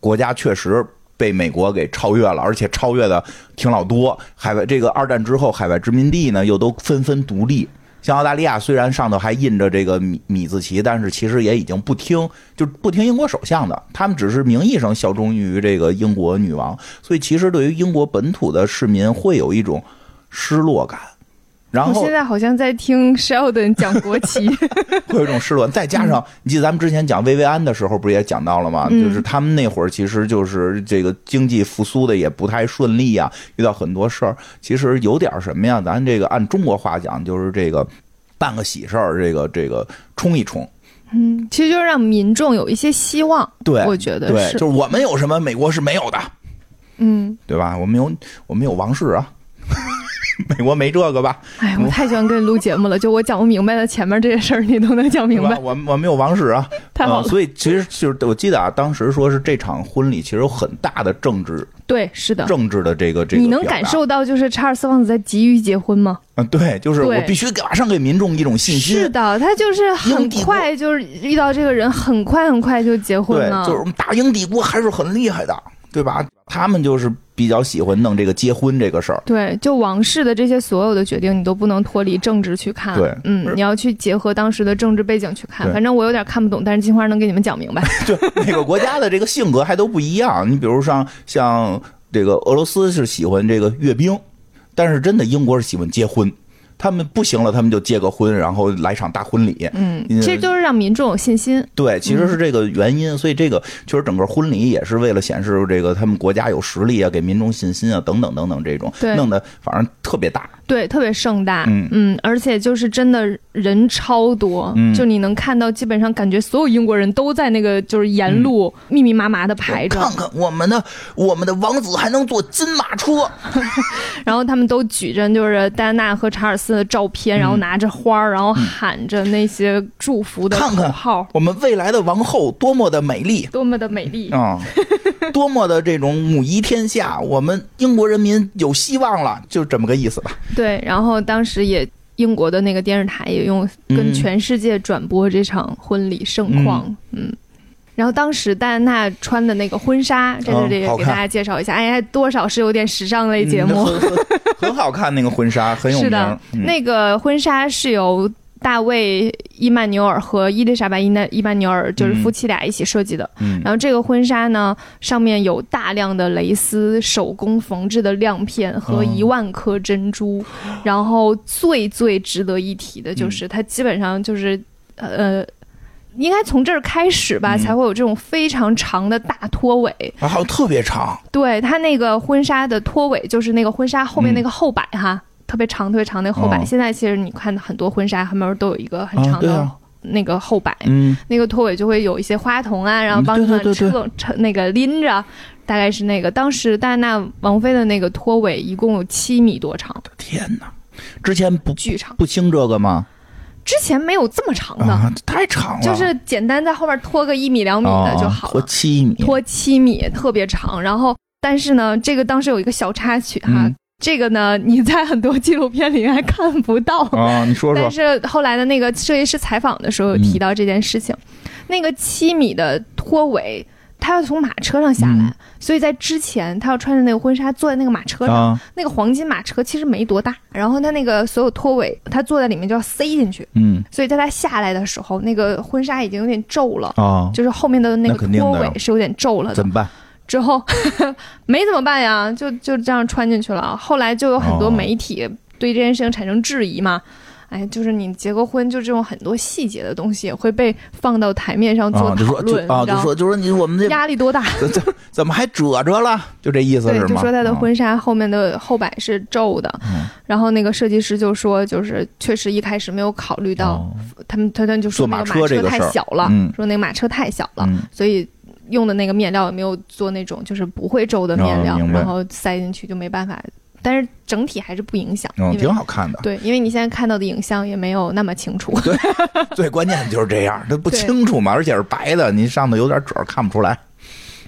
[SPEAKER 2] 国家确实被美国给超越了，而且超越的挺老多。海外这个二战之后，海外殖民地呢又都纷纷独立。像澳大利亚虽然上头还印着这个米米字旗，但是其实也已经不听，就不听英国首相的，他们只是名义上效忠于这个英国女王，所以其实对于英国本土的市民会有一种失落感。然
[SPEAKER 1] 我
[SPEAKER 2] 后
[SPEAKER 1] 现在好像在听 Sheldon 讲国 旗，
[SPEAKER 2] 会有一种失落。再加上，你记得咱们之前讲薇薇安的时候，不是也讲到了吗？
[SPEAKER 1] 嗯
[SPEAKER 2] 就是他们那会儿，其实就是这个经济复苏的也不太顺利啊，遇到很多事儿，其实有点什么呀？咱这个按中国话讲，就是这个办个喜事儿，这个这个冲一冲。
[SPEAKER 1] 嗯，其实就是让民众有一些希望，
[SPEAKER 2] 对，
[SPEAKER 1] 我觉得
[SPEAKER 2] 对，
[SPEAKER 1] 是
[SPEAKER 2] 就是我们有什么美国是没有的，
[SPEAKER 1] 嗯，
[SPEAKER 2] 对吧？我们有我们有王室 啊，美国没这个吧？
[SPEAKER 1] 哎，我太喜欢跟你录节目了，就我讲不明白的前面这些事儿，你都能讲
[SPEAKER 2] 是
[SPEAKER 1] 明
[SPEAKER 2] 吧？
[SPEAKER 1] 白，
[SPEAKER 2] 我们我们有王室啊，
[SPEAKER 1] 太好
[SPEAKER 2] 呃
[SPEAKER 1] 了。
[SPEAKER 2] 所以其实就是我记得啊，当时说是这场婚礼其实有很大的政治
[SPEAKER 1] 对，是的，
[SPEAKER 2] 政治的这个这个，
[SPEAKER 1] 你能感？受到就是查尔斯王子在急于结婚吗？
[SPEAKER 2] 嗯，对，就是
[SPEAKER 1] 对
[SPEAKER 2] 我必须给马上给民众一种信
[SPEAKER 1] 是
[SPEAKER 2] 心。
[SPEAKER 1] 的，他就是很
[SPEAKER 2] 英帝国
[SPEAKER 1] 快就是遇到这个人，很快很快就结婚
[SPEAKER 2] 对，
[SPEAKER 1] 了。
[SPEAKER 2] 就是我们大英帝国还是很厉害的，对吧？他们就是比较喜欢弄这个结婚这个事儿。
[SPEAKER 1] 对，就王室的这些所有的决定，你都不能脱离政治去看。
[SPEAKER 2] 对
[SPEAKER 1] 嗯
[SPEAKER 2] 是，
[SPEAKER 1] 你要去结合当时的政治背景去看。
[SPEAKER 2] 对
[SPEAKER 1] 反正我有点看不懂，但是金花能给你们讲明白。
[SPEAKER 2] 就每个国家的这个性格还都不一样。你比如像像这个俄罗斯是喜欢这个阅兵，但是真的英国是喜欢结婚。他们不行了，他们就结个婚，然后来场大婚礼。
[SPEAKER 1] 嗯，
[SPEAKER 2] 嗯
[SPEAKER 1] 其实就是让民众有信心。
[SPEAKER 2] 对，其
[SPEAKER 1] 嗯
[SPEAKER 2] 实是这个原因，所以这个确实整个婚礼也是为了显示这个他们国家有实力啊，给民众信心啊，等等等等这种，
[SPEAKER 1] 对
[SPEAKER 2] 弄得反正特别大。
[SPEAKER 1] 对，特别盛大，
[SPEAKER 2] 嗯
[SPEAKER 1] 而且就是真的人超多，
[SPEAKER 2] 嗯
[SPEAKER 1] 就你能看到，基本上感觉所有英国人都在那个就是沿路密密麻麻的排着，
[SPEAKER 2] 看看嗯我们的我们的王子还能坐金马车，
[SPEAKER 1] 然后他们都举着就是戴安娜和查尔斯的照片，
[SPEAKER 2] 嗯
[SPEAKER 1] 然后拿着花儿，然后喊着那些祝福的
[SPEAKER 2] 看
[SPEAKER 1] 口
[SPEAKER 2] 看
[SPEAKER 1] 号，
[SPEAKER 2] 我们未来的王后多么的美丽
[SPEAKER 1] 多么的美丽！
[SPEAKER 2] 啊、多么的这种母仪天下，我们英国人民有希望了，就这么个意思吧。
[SPEAKER 1] 对，然后当时也英国的那个电视台也用跟
[SPEAKER 2] 嗯
[SPEAKER 1] 全世界转播这场婚礼盛况，嗯。然后当时戴安娜穿的那个婚纱，在这
[SPEAKER 2] 嗯
[SPEAKER 1] 里也
[SPEAKER 2] 好
[SPEAKER 1] 给
[SPEAKER 2] 看
[SPEAKER 1] 大家介绍一下，哎，多少是有点时尚类节目。
[SPEAKER 2] 嗯很很很好看，那个婚纱很 有
[SPEAKER 1] 是
[SPEAKER 2] 名
[SPEAKER 1] 的
[SPEAKER 2] 儿。，嗯
[SPEAKER 1] 那个婚纱是由大卫·伊曼纽尔和伊丽莎白·伊曼伊曼纽尔就是夫妻俩一起设计的。
[SPEAKER 2] 嗯
[SPEAKER 1] 然后这个婚纱呢，上面有大量的蕾丝、手工缝制的亮片和
[SPEAKER 2] 哦
[SPEAKER 1] 一万颗珍珠。然后最最值得一提的
[SPEAKER 2] 嗯
[SPEAKER 1] 就是，它基本上就是呃。应该从这儿开始吧，
[SPEAKER 2] 嗯
[SPEAKER 1] 才会有这种非常长的大拖尾。
[SPEAKER 2] 然后啊特别长，
[SPEAKER 1] 对，它那个婚纱的拖尾，就是那个婚纱后面
[SPEAKER 2] 嗯
[SPEAKER 1] 那个后摆哈，特别长、特别长那个后摆。
[SPEAKER 2] 哦
[SPEAKER 1] 现在其实你看很多婚纱，他们都有一个很
[SPEAKER 2] 啊
[SPEAKER 1] 长
[SPEAKER 2] 对
[SPEAKER 1] 的哦哎
[SPEAKER 2] 啊
[SPEAKER 1] 那个后摆，
[SPEAKER 2] 嗯，
[SPEAKER 1] 那个拖尾就会有一些花筒啊，然后
[SPEAKER 2] 嗯
[SPEAKER 1] 帮他
[SPEAKER 2] 对对对
[SPEAKER 1] 撑撑那个拎着，大概是那个。当时戴安娜王妃的那个拖尾一共有七米多长，
[SPEAKER 2] 天哪，之前不
[SPEAKER 1] 巨长，
[SPEAKER 2] 不兴这个吗？
[SPEAKER 1] 之前没有这么长的，
[SPEAKER 2] 啊，太长了，
[SPEAKER 1] 就是简单在后面拖个一米两米的就好
[SPEAKER 2] 活
[SPEAKER 1] 了，
[SPEAKER 2] 七哦米，
[SPEAKER 1] 拖七米特别长。然后，但是呢，这个当时有一个小插曲哈。
[SPEAKER 2] 嗯
[SPEAKER 1] 这个呢，你在很多纪录片里面还看不到，
[SPEAKER 2] 啊，你说
[SPEAKER 1] 但
[SPEAKER 2] 说，
[SPEAKER 1] 是后来的那个设计师采访的时候有提到这件事情，那个七米的拖尾，他要从马车上下来，
[SPEAKER 2] 嗯
[SPEAKER 1] 所以在之前他要穿着那个婚纱坐在那个马车上，
[SPEAKER 2] 啊，
[SPEAKER 1] 那个黄金马车其实没多大，然后他那个所有拖尾，他坐在里面就要塞进去，
[SPEAKER 2] 嗯
[SPEAKER 1] 所以在他下来的时候，那个婚纱已经有点皱了。
[SPEAKER 2] 啊，
[SPEAKER 1] 就是后面的那
[SPEAKER 2] 那
[SPEAKER 1] 个
[SPEAKER 2] 肯定的
[SPEAKER 1] 拖尾是有点皱了的
[SPEAKER 2] 怎，么办？
[SPEAKER 1] 之后 没怎么办呀，就就这样穿进去了。后来就有很
[SPEAKER 2] 哦
[SPEAKER 1] 多媒体对这件事情产生质疑嘛。哎，就是你结过婚，就这种很多细节的东西也会被放到台面上做
[SPEAKER 2] 啊，就
[SPEAKER 1] 讨
[SPEAKER 2] 说就
[SPEAKER 1] 论，
[SPEAKER 2] 啊，
[SPEAKER 1] 你知
[SPEAKER 2] 就
[SPEAKER 1] 道
[SPEAKER 2] 说就说你我们这
[SPEAKER 1] 压力多大？
[SPEAKER 2] 怎怎怎么还褶着了？就这意思
[SPEAKER 1] 对
[SPEAKER 2] 是，吗？
[SPEAKER 1] 就说他的
[SPEAKER 2] 啊
[SPEAKER 1] 婚纱后面的后摆是皱的，
[SPEAKER 2] 嗯
[SPEAKER 1] 然后那个设计师就说，就是确实一开始没有考虑到，
[SPEAKER 2] 哦
[SPEAKER 1] 他们他他就说
[SPEAKER 2] 坐
[SPEAKER 1] 那个
[SPEAKER 2] 马车这个
[SPEAKER 1] 太
[SPEAKER 2] 事儿
[SPEAKER 1] 小了，
[SPEAKER 2] 嗯
[SPEAKER 1] 说那个马车太小了，
[SPEAKER 2] 嗯
[SPEAKER 1] 所以用的那个面料也没有做那种就是不会皱的面料，
[SPEAKER 2] 哦明白
[SPEAKER 1] 然后塞进去就没办法。但是整体还是不影响，
[SPEAKER 2] 嗯，
[SPEAKER 1] 因为
[SPEAKER 2] 挺好看的。
[SPEAKER 1] 对，因为你现在看到的影像也没有那么清楚。
[SPEAKER 2] 最关键的就是这样，它不
[SPEAKER 1] 对
[SPEAKER 2] 清楚嘛，而且是白的，你上头有点褶儿看不出来。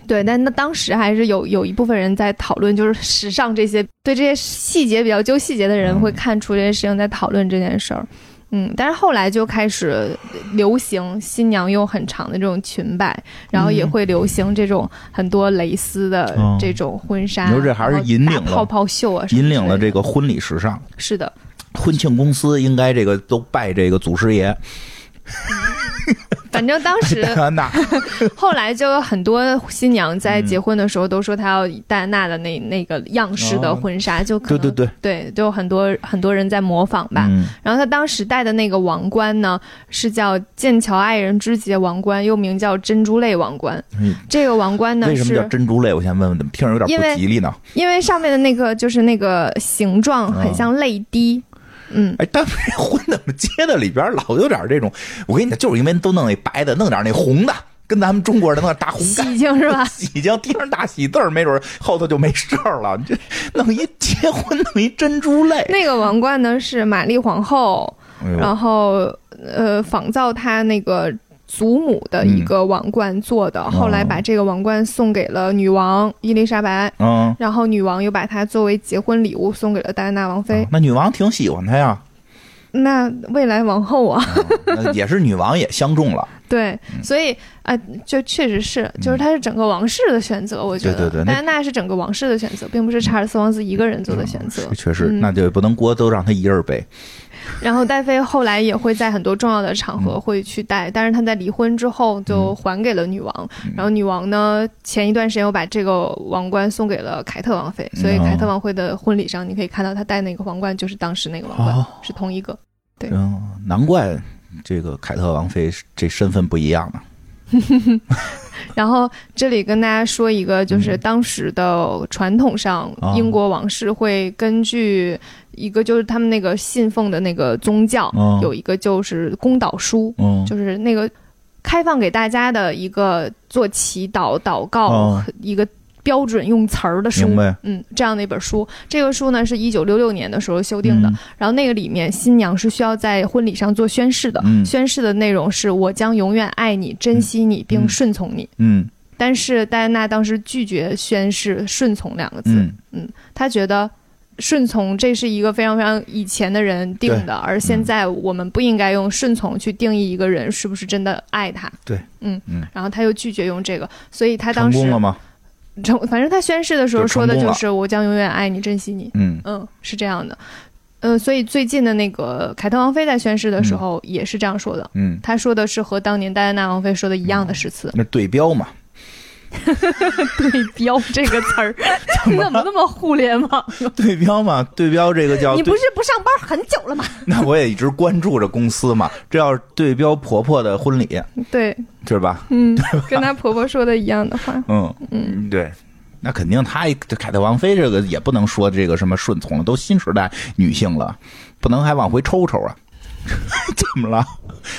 [SPEAKER 1] 对，但那当时还是有有一部分人在讨论，就是时尚这些对这些细节比较揪细节的人
[SPEAKER 2] 嗯
[SPEAKER 1] 会看出这些事情在讨论这件事儿。嗯，但是后来就开始流行新娘用很长的这种裙摆，然后也
[SPEAKER 2] 嗯
[SPEAKER 1] 会流行这种很多蕾丝的
[SPEAKER 2] 哦
[SPEAKER 1] 这种婚纱。
[SPEAKER 2] 你说这还是引领
[SPEAKER 1] 然后大
[SPEAKER 2] 了
[SPEAKER 1] 泡泡袖啊什么之
[SPEAKER 2] 引
[SPEAKER 1] 类的，
[SPEAKER 2] 领了这个婚礼时尚。
[SPEAKER 1] 是的，
[SPEAKER 2] 婚庆公司应该这个都拜这个祖师爷
[SPEAKER 1] 反正当 时
[SPEAKER 2] 戴安娜，
[SPEAKER 1] 后来就有很多新娘在
[SPEAKER 2] 嗯
[SPEAKER 1] 结婚的时候都说她要以戴安娜的那那个样式的婚纱，就可
[SPEAKER 2] 哦对
[SPEAKER 1] 能
[SPEAKER 2] 对对，
[SPEAKER 1] 对，就有很多很多人在模仿吧。
[SPEAKER 2] 嗯，
[SPEAKER 1] 然后她当时戴的那个王冠呢，是叫剑桥爱人之结王冠，又名叫珍珠泪王冠。
[SPEAKER 2] 嗯
[SPEAKER 1] 这个王冠呢，
[SPEAKER 2] 为什么叫
[SPEAKER 1] 是
[SPEAKER 2] 珍珠泪？我先问问，怎么听着有点
[SPEAKER 1] 因为
[SPEAKER 2] 不吉利呢？
[SPEAKER 1] 因为上面的那个就是那个形状
[SPEAKER 2] 啊
[SPEAKER 1] 很像泪滴，嗯，
[SPEAKER 2] 哎，但是这 婚怎么结的里边老有点这种？我跟你讲，就是因为都弄那白的，弄点那红的，跟咱们中国人弄点大红盖。
[SPEAKER 1] 喜 庆是 吧？
[SPEAKER 2] 喜庆，听着大喜字儿，没准儿后头就没事儿了。你这弄一结婚，弄一珍珠泪，
[SPEAKER 1] 那个王冠呢是玛丽皇后，
[SPEAKER 2] 哎呦
[SPEAKER 1] 然后呃仿造她那个祖母的一
[SPEAKER 2] 嗯
[SPEAKER 1] 个王冠做
[SPEAKER 2] 哦
[SPEAKER 1] 的，后来把这个王冠送给了女王伊丽莎白，
[SPEAKER 2] 嗯，
[SPEAKER 1] 然后女王又把它作为结婚礼物送给了戴安娜王妃。
[SPEAKER 2] 嗯那女王挺喜欢他呀，嗯
[SPEAKER 1] 那未来王后啊，
[SPEAKER 2] 那也是女王也相中了。
[SPEAKER 1] 对，
[SPEAKER 2] 嗯
[SPEAKER 1] 所以啊、呃就确实是，就是她是整个王室的选择，我觉得
[SPEAKER 2] 对对对那
[SPEAKER 1] 戴安娜是整个王室的选择，并不是查尔斯王子一个人做的选择。
[SPEAKER 2] 确实，
[SPEAKER 1] 嗯
[SPEAKER 2] 那就不能锅都让他一人背。
[SPEAKER 1] 然后戴妃后来也会在很多重要的场
[SPEAKER 2] 嗯
[SPEAKER 1] 合会去戴，但是她在离婚之后就还给了女王。
[SPEAKER 2] 嗯
[SPEAKER 1] 然后女王呢，前一段时间又把这个王冠送给了凯特王妃，所以
[SPEAKER 2] 嗯哦
[SPEAKER 1] 凯特王妃的婚礼上，你可以看到她戴那个皇冠就是当时那个王冠，
[SPEAKER 2] 哦
[SPEAKER 1] 是同一个。对
[SPEAKER 2] 嗯，难怪这个凯特王妃这身份不一样呢。
[SPEAKER 1] 然后这里跟大家说一个，就是
[SPEAKER 2] 嗯
[SPEAKER 1] 当时的传统上，
[SPEAKER 2] 哦
[SPEAKER 1] 英国王室会根据一个就是他们那个信奉的那个宗教，
[SPEAKER 2] 哦
[SPEAKER 1] 有一个就是公祷书，
[SPEAKER 2] 嗯，
[SPEAKER 1] 就是那个开放给大家的一个做祈祷、祷告、
[SPEAKER 2] 哦
[SPEAKER 1] 一个标准用词儿的书
[SPEAKER 2] 明。白。
[SPEAKER 1] 嗯，这样的一本书，这个书呢是一九六六年的时候修订的。
[SPEAKER 2] 嗯
[SPEAKER 1] 然后那个里面，新娘是需要在婚礼上做宣誓的，
[SPEAKER 2] 嗯
[SPEAKER 1] 宣誓的内容是我将永远爱你、珍惜你并
[SPEAKER 2] 嗯
[SPEAKER 1] 顺从你。
[SPEAKER 2] 嗯
[SPEAKER 1] 但是戴安娜当时拒绝宣誓“顺从”两个字，
[SPEAKER 2] 嗯，
[SPEAKER 1] 他觉得顺从这是一个非常非常以前的人定的，而现在我们不应该用顺从去定义一个人是不是真的爱他。
[SPEAKER 2] 对，
[SPEAKER 1] 嗯
[SPEAKER 2] 嗯
[SPEAKER 1] 然后他又拒绝用这个，所以他当
[SPEAKER 2] 成
[SPEAKER 1] 时
[SPEAKER 2] 功了吗？
[SPEAKER 1] 成反正他宣誓的时候
[SPEAKER 2] 就成
[SPEAKER 1] 说
[SPEAKER 2] 功
[SPEAKER 1] 的就
[SPEAKER 2] 了
[SPEAKER 1] 是我将永远爱你，珍惜你。
[SPEAKER 2] 嗯，
[SPEAKER 1] 嗯，是这样的。呃，所以最近的那个凯特王妃在宣誓的时候也是这样说的，
[SPEAKER 2] 嗯，
[SPEAKER 1] 她说的是和当年戴安娜王妃说的一样的诗词。
[SPEAKER 2] 那对 标嘛，
[SPEAKER 1] 对标这个词儿，你 怎么那么互联 网？
[SPEAKER 2] 对标嘛，对标这个叫
[SPEAKER 1] 你
[SPEAKER 2] 哦对
[SPEAKER 1] 不是不上班很久了吗？
[SPEAKER 2] 那我也一直关注着公司嘛，这要是对标婆婆的婚礼
[SPEAKER 1] 对，
[SPEAKER 2] 是吧？
[SPEAKER 1] 嗯，跟她婆婆说的一样的话。
[SPEAKER 2] 嗯嗯，对。那肯定她，她凯特王妃这个也不能说这个什么顺从了，都新时代女性了，不能还往回抽抽啊！ 怎么了？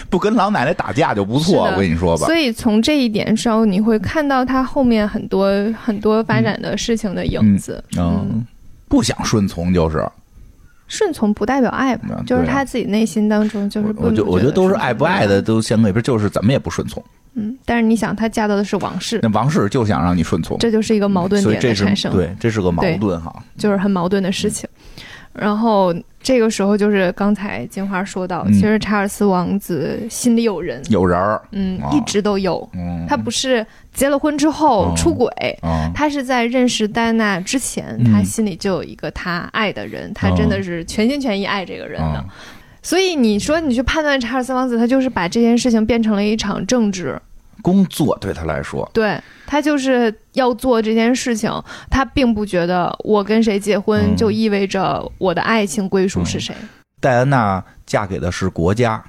[SPEAKER 2] 不跟老奶奶打架就不错，
[SPEAKER 1] 是的
[SPEAKER 2] 我跟你说吧。
[SPEAKER 1] 所以从这一点上，你会看到她后面很多很多发展的事情的影子。
[SPEAKER 2] 嗯，不想顺从就是，
[SPEAKER 1] 顺从不代表爱吧
[SPEAKER 2] 嗯对啊，
[SPEAKER 1] 就是她自己内心当中就是
[SPEAKER 2] 我
[SPEAKER 1] 并
[SPEAKER 2] 觉
[SPEAKER 1] 不
[SPEAKER 2] 我觉得都是
[SPEAKER 1] 顺从
[SPEAKER 2] 爱不爱的。都先给边，就是怎么也不顺从。
[SPEAKER 1] 嗯，但是你想，她嫁到的是王室，
[SPEAKER 2] 那王室就想让你顺从，
[SPEAKER 1] 这就是一个矛盾
[SPEAKER 2] 所以
[SPEAKER 1] 点
[SPEAKER 2] 这
[SPEAKER 1] 的
[SPEAKER 2] 是
[SPEAKER 1] 产生。
[SPEAKER 2] 对，这是个矛
[SPEAKER 1] 对
[SPEAKER 2] 盾哈。
[SPEAKER 1] 就是很矛盾的事情。然后这个时候就是刚才金花说到，
[SPEAKER 2] 嗯
[SPEAKER 1] 其实查尔斯王子心里有人，
[SPEAKER 2] 有人儿，
[SPEAKER 1] 嗯，
[SPEAKER 2] 哦
[SPEAKER 1] 一直都有。
[SPEAKER 2] 嗯，
[SPEAKER 1] 他不是结了婚之后
[SPEAKER 2] 哦
[SPEAKER 1] 出轨，
[SPEAKER 2] 啊，
[SPEAKER 1] 他是在认识戴安娜之前，
[SPEAKER 2] 嗯哦
[SPEAKER 1] 他心里就有一个他爱的人，他真的是全心全意爱这个人的。
[SPEAKER 2] 啊
[SPEAKER 1] 所以你说你去判断查尔斯王子，他就是把这件事情变成了一场政治，
[SPEAKER 2] 工作对他来说，
[SPEAKER 1] 对他就是要做这件事情，他并不觉得我跟谁结婚
[SPEAKER 2] 嗯
[SPEAKER 1] 就意味着我的爱情归属是谁。
[SPEAKER 2] 戴安娜嫁给的是国家，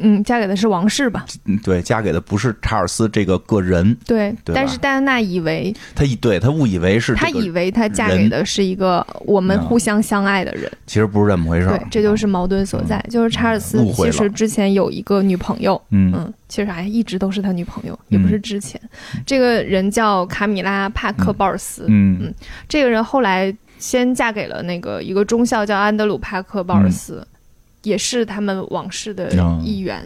[SPEAKER 1] 嗯，嫁给的是王室吧？
[SPEAKER 2] 嗯对，嫁给的不是查尔斯这个个人，
[SPEAKER 1] 对，
[SPEAKER 2] 对吧
[SPEAKER 1] 但是戴安娜以为
[SPEAKER 2] 他一对他误以为是
[SPEAKER 1] 她
[SPEAKER 2] 这个
[SPEAKER 1] 以，为她嫁给的是一个我们互相相爱的人。
[SPEAKER 2] 其实不是这么回事儿嗯
[SPEAKER 1] 对，，这就是矛盾所在。就是查尔斯
[SPEAKER 2] 误会
[SPEAKER 1] 其
[SPEAKER 2] 了
[SPEAKER 1] 实之前有一个女朋友。
[SPEAKER 2] 嗯
[SPEAKER 1] 嗯，其实还一直都是他女朋友，也不是之前。这个人叫卡米拉·帕克鲍尔斯，
[SPEAKER 2] 嗯
[SPEAKER 1] 嗯这个人后来先嫁给了那个一个中
[SPEAKER 2] 嗯啊
[SPEAKER 1] 校叫安德鲁·帕克鲍尔斯，也是他们王室的一员。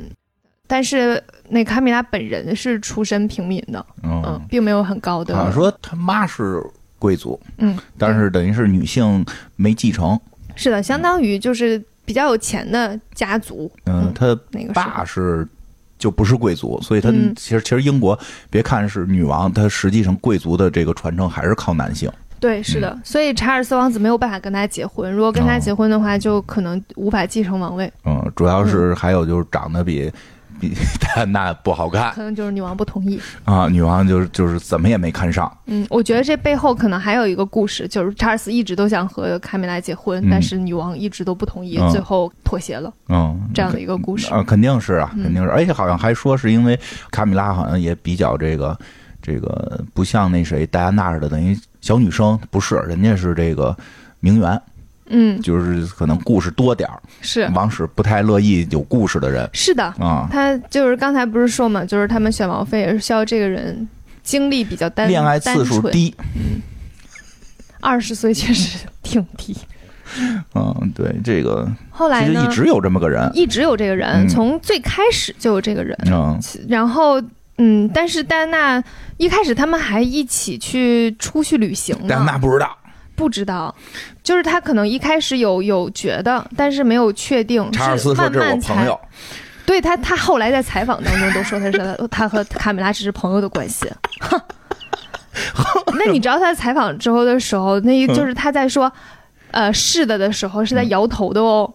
[SPEAKER 1] 但是那卡米拉本人是出身平民的，嗯
[SPEAKER 2] 嗯，，
[SPEAKER 1] 并没有很高的。
[SPEAKER 2] 好像说他妈是贵族，
[SPEAKER 1] 嗯，
[SPEAKER 2] 但是等于是女性没继承，
[SPEAKER 1] 是的，相当于就是比较有钱的家族，
[SPEAKER 2] 嗯
[SPEAKER 1] 嗯，
[SPEAKER 2] 他
[SPEAKER 1] 那个时候
[SPEAKER 2] 爸是就不是贵族，所以他
[SPEAKER 1] 嗯
[SPEAKER 2] 其实其实英国别看是女王，她实际上贵族的这个传承还是靠男性。
[SPEAKER 1] 对，是
[SPEAKER 2] 嗯
[SPEAKER 1] 的，所以查尔斯王子没有办法跟他结婚，如果跟他
[SPEAKER 2] 哦
[SPEAKER 1] 结婚的话，就可能无法继承王位，
[SPEAKER 2] 嗯，主要是还有就是长得比 比戴安娜不好看
[SPEAKER 1] 可能就是女王不同意。
[SPEAKER 2] 啊，女王就是就是怎么也没看上。
[SPEAKER 1] 嗯，我觉得这背后可能还有一个故事，就是查尔斯一直都想和卡米拉结婚，
[SPEAKER 2] 嗯
[SPEAKER 1] 但是女王一直都不同意，
[SPEAKER 2] 嗯
[SPEAKER 1] 最后妥协了
[SPEAKER 2] 嗯，
[SPEAKER 1] 这样的一个故事。
[SPEAKER 2] 啊，肯定是啊，
[SPEAKER 1] 嗯
[SPEAKER 2] 肯定是，而且好像还说是因为卡米拉好像也比较这个这个不像那谁戴安娜似的，等于小女生不是，人家是这个名媛，
[SPEAKER 1] 嗯，
[SPEAKER 2] 就是可能故事多点儿。
[SPEAKER 1] 是
[SPEAKER 2] 王室不太乐意有故事的人
[SPEAKER 1] 是的，
[SPEAKER 2] 啊。
[SPEAKER 1] 他就是刚才不是说嘛，就是他们选王妃也是需要这个人经历比较单
[SPEAKER 2] 恋爱次数，低，
[SPEAKER 1] 二十岁确实挺低。
[SPEAKER 2] 嗯，对，这个
[SPEAKER 1] 后
[SPEAKER 2] 其
[SPEAKER 1] 来
[SPEAKER 2] 实
[SPEAKER 1] 呢
[SPEAKER 2] 一，直有这么个人，
[SPEAKER 1] 一直有这个人，
[SPEAKER 2] 嗯
[SPEAKER 1] 从最开始就有这个人。
[SPEAKER 2] 嗯
[SPEAKER 1] 然后，嗯，但是戴安娜一开始他们还一起去出去旅行
[SPEAKER 2] 戴安
[SPEAKER 1] 呢，
[SPEAKER 2] 娜不知道，
[SPEAKER 1] 不知道，就是他可能一开始有有觉得，但是没有确定。
[SPEAKER 2] 查尔斯
[SPEAKER 1] 是
[SPEAKER 2] 说
[SPEAKER 1] 慢
[SPEAKER 2] 这是我
[SPEAKER 1] 慢
[SPEAKER 2] 朋
[SPEAKER 1] 才
[SPEAKER 2] 友，
[SPEAKER 1] 对他，他后来在采访当中都说他是他他和卡米拉只是朋友的关系。那你知道他在采访之后的时候，那一就是他在说。呃，是的的时候
[SPEAKER 2] 嗯
[SPEAKER 1] 是在摇头的哦，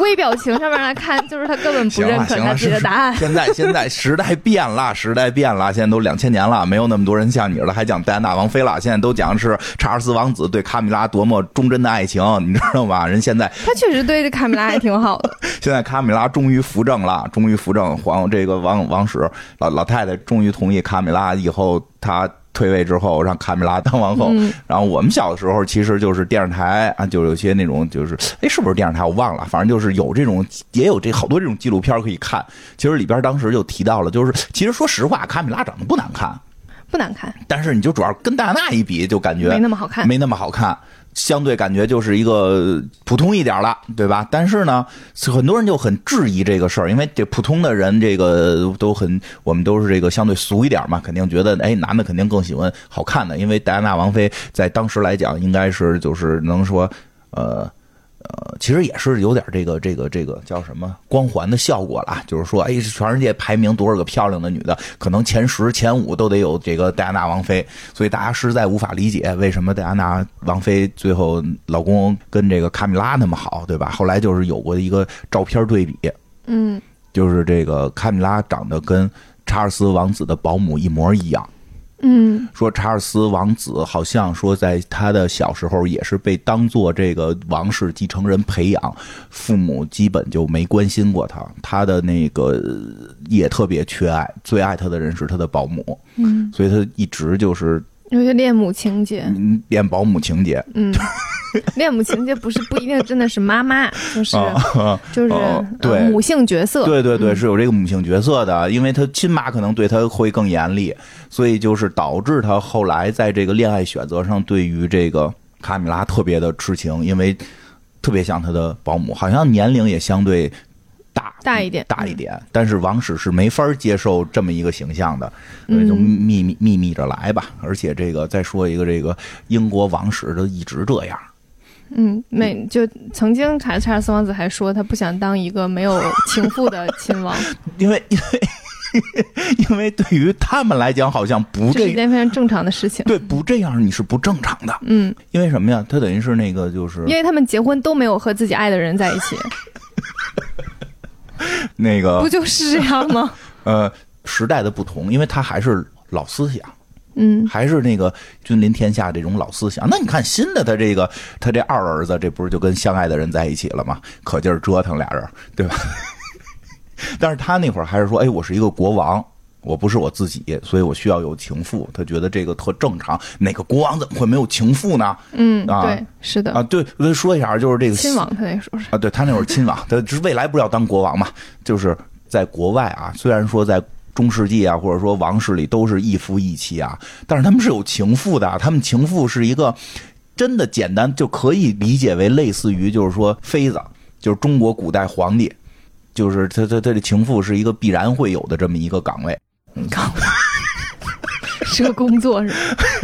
[SPEAKER 1] 微表情上面来看，就是他根本不
[SPEAKER 2] 行
[SPEAKER 1] 认
[SPEAKER 2] 了
[SPEAKER 1] 可
[SPEAKER 2] 行
[SPEAKER 1] 他
[SPEAKER 2] 了，
[SPEAKER 1] 自己的
[SPEAKER 2] 是。
[SPEAKER 1] 答案
[SPEAKER 2] 现在现在时代变了，时代变了，现在都两千年了，没有那么多人像你了，还讲戴安娜王妃了，现在都讲是查尔斯王子对卡米拉多么忠贞的爱情，你知道吗？人现在
[SPEAKER 1] 他确实对卡米拉还挺好的，
[SPEAKER 2] 现在卡米拉终于扶正了，终于扶正皇这个王王室老老太太终于同意卡米拉以后她退位之后让卡米拉当王后。
[SPEAKER 1] 嗯
[SPEAKER 2] 然后我们小的时候其实就是电视台啊，就有些那种就是哎是不是电视台我忘了，反正就是有这种也有这好多这种纪录片可以看。其实里边当时就提到了，就是其实说实话，卡米拉长得不难看，
[SPEAKER 1] 不难看，
[SPEAKER 2] 但是你就主要跟戴安娜一比，就感觉
[SPEAKER 1] 没那么好看。
[SPEAKER 2] 没那么好看，相对感觉就是一个普通一点了，对吧？但是呢，很多人就很质疑这个事儿，因为这普通的人这个都很，我们都是这个相对俗一点嘛，肯定觉得哎，男的肯定更喜欢好看的，因为戴安娜王妃在当时来讲，应该是就是能说，呃。呃，其实也是有点这个这个这个叫什么光环的效果啦，就是说，哎，全世界排名多少个漂亮的女的，可能前十、前五都得有这个戴安娜王妃，所以大家实在无法理解为什么戴安娜王妃最后老公跟这个卡米拉那么好，对吧？后来就是有过一个照片对比，
[SPEAKER 1] 嗯，
[SPEAKER 2] 就是这个卡米拉长得跟查尔斯王子的保姆一模一样。
[SPEAKER 1] 嗯，
[SPEAKER 2] 说查尔斯王子好像说，在他的小时候也是被当做这个王室继承人培养，父母基本就没关心过他，他的那个呃也特别缺爱，最爱他的人是他的保姆，
[SPEAKER 1] 嗯，
[SPEAKER 2] 所以他一直就是
[SPEAKER 1] 有些恋母情节，
[SPEAKER 2] 嗯恋保姆情节。
[SPEAKER 1] 嗯，恋母情节不是不一定真的是妈妈，就是、
[SPEAKER 2] 啊，
[SPEAKER 1] 就是、
[SPEAKER 2] 哦
[SPEAKER 1] 呃
[SPEAKER 2] 对
[SPEAKER 1] 母性角色，嗯
[SPEAKER 2] 对对对，是有这个母性角色的，因为他亲妈可能对他会更严厉，所以就是导致他后来在这个恋爱选择上，对于这个卡米拉特别的痴情，因为特别像他的保姆，好像年龄也相对大
[SPEAKER 1] 大一点嗯
[SPEAKER 2] 大一点，但是王室是没法接受这么一个形象的，所以就
[SPEAKER 1] 嗯
[SPEAKER 2] 秘密秘密着来吧。而且这个再说一个，这个英国王室都一直这样。
[SPEAKER 1] 嗯，没就曾经查查尔斯王子还说他不想当一个没有情妇的亲 王，
[SPEAKER 2] 因为因为因为对于他们来讲，好像
[SPEAKER 1] 这是
[SPEAKER 2] 不这
[SPEAKER 1] 一件非常正常的事情。
[SPEAKER 2] 对不这样你是不正常的，
[SPEAKER 1] 嗯，
[SPEAKER 2] 因为什么呀？他等于是那个就是啊
[SPEAKER 1] 因为他们结婚都没有和自己爱的人在一起，
[SPEAKER 2] 那
[SPEAKER 1] 不
[SPEAKER 2] 个
[SPEAKER 1] 就是这样 吗？
[SPEAKER 2] 呃时代的不同，因为他还是老思想，
[SPEAKER 1] 嗯，
[SPEAKER 2] 还是那个君临天下这种老思想。那你看新的他这个他这二儿子，这不是就跟相爱的人在一起了吗？可劲儿折腾俩人，对吧？ 但是他那会儿还是说，哎，我是一个国王。我不是我自己，所以我需要有情妇。他觉得这个特正常，哪个国王怎么会没有情妇呢？
[SPEAKER 1] 嗯，
[SPEAKER 2] 啊
[SPEAKER 1] 对，是的，
[SPEAKER 2] 啊，对，我再说一下，就是这个
[SPEAKER 1] 亲王他那时候是，
[SPEAKER 2] 啊，对他那会儿亲王，他就是未来不是要当国王嘛？就是在国外啊，虽然说在中世纪啊，或者说王室里都是一夫一妻啊，但是他们是有情妇的啊，他们情妇是一个真的简单就可以理解为类似于就是说妃子，就是中国古代皇帝。就是他他他的情妇是一个必然会有的这么一个岗位，
[SPEAKER 1] 岗位 是个工作是吧？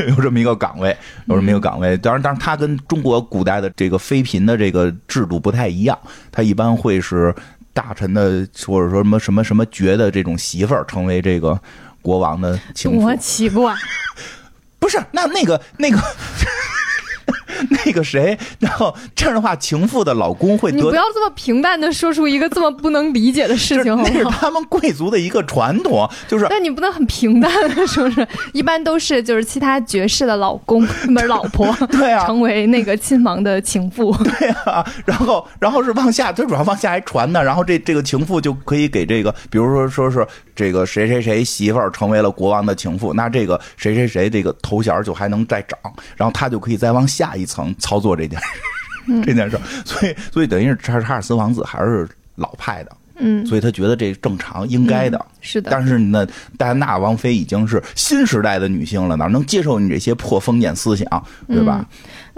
[SPEAKER 2] 有这么一个岗位，有这么一个岗位。当然，当然，它跟中国古代的这个妃嫔的这个制度不太一样，它一般会是大臣的或者说什么什么什么爵的这种媳妇儿成为这个国王的 情妇哎
[SPEAKER 1] 多。奇怪！
[SPEAKER 2] 不是，那那个那个 那个谁，然后这样的话，情妇的老公会
[SPEAKER 1] 你不
[SPEAKER 2] 得。
[SPEAKER 1] 要这么平淡的说出一个这么不能理解的事
[SPEAKER 2] 这
[SPEAKER 1] 情好
[SPEAKER 2] 那是
[SPEAKER 1] 不好？
[SPEAKER 2] 他们贵族的一个传统，就是
[SPEAKER 1] 但你不能很平淡的说是，一般都是就是其他爵士的老 公不是老婆，
[SPEAKER 2] 对啊
[SPEAKER 1] 成为那个亲王的情 妇，
[SPEAKER 2] 啊，然后然后是往下，它主要往下还传呢。然后这这个情妇就可以给这个，比如说说是这个谁谁谁媳妇儿成为了国王的情妇，那这个谁谁谁这个头衔就还能再涨，然后他就可以再往下一层操作这件、
[SPEAKER 1] 嗯
[SPEAKER 2] 这件事儿。所以所以等于是查查尔斯王子还是老派的，
[SPEAKER 1] 嗯，
[SPEAKER 2] 所以他觉得这正常应该的。
[SPEAKER 1] 是的，
[SPEAKER 2] 但是呢，戴安娜王妃已经是新时代的女性了，哪能接受你这些破封建思想，对吧？
[SPEAKER 1] 嗯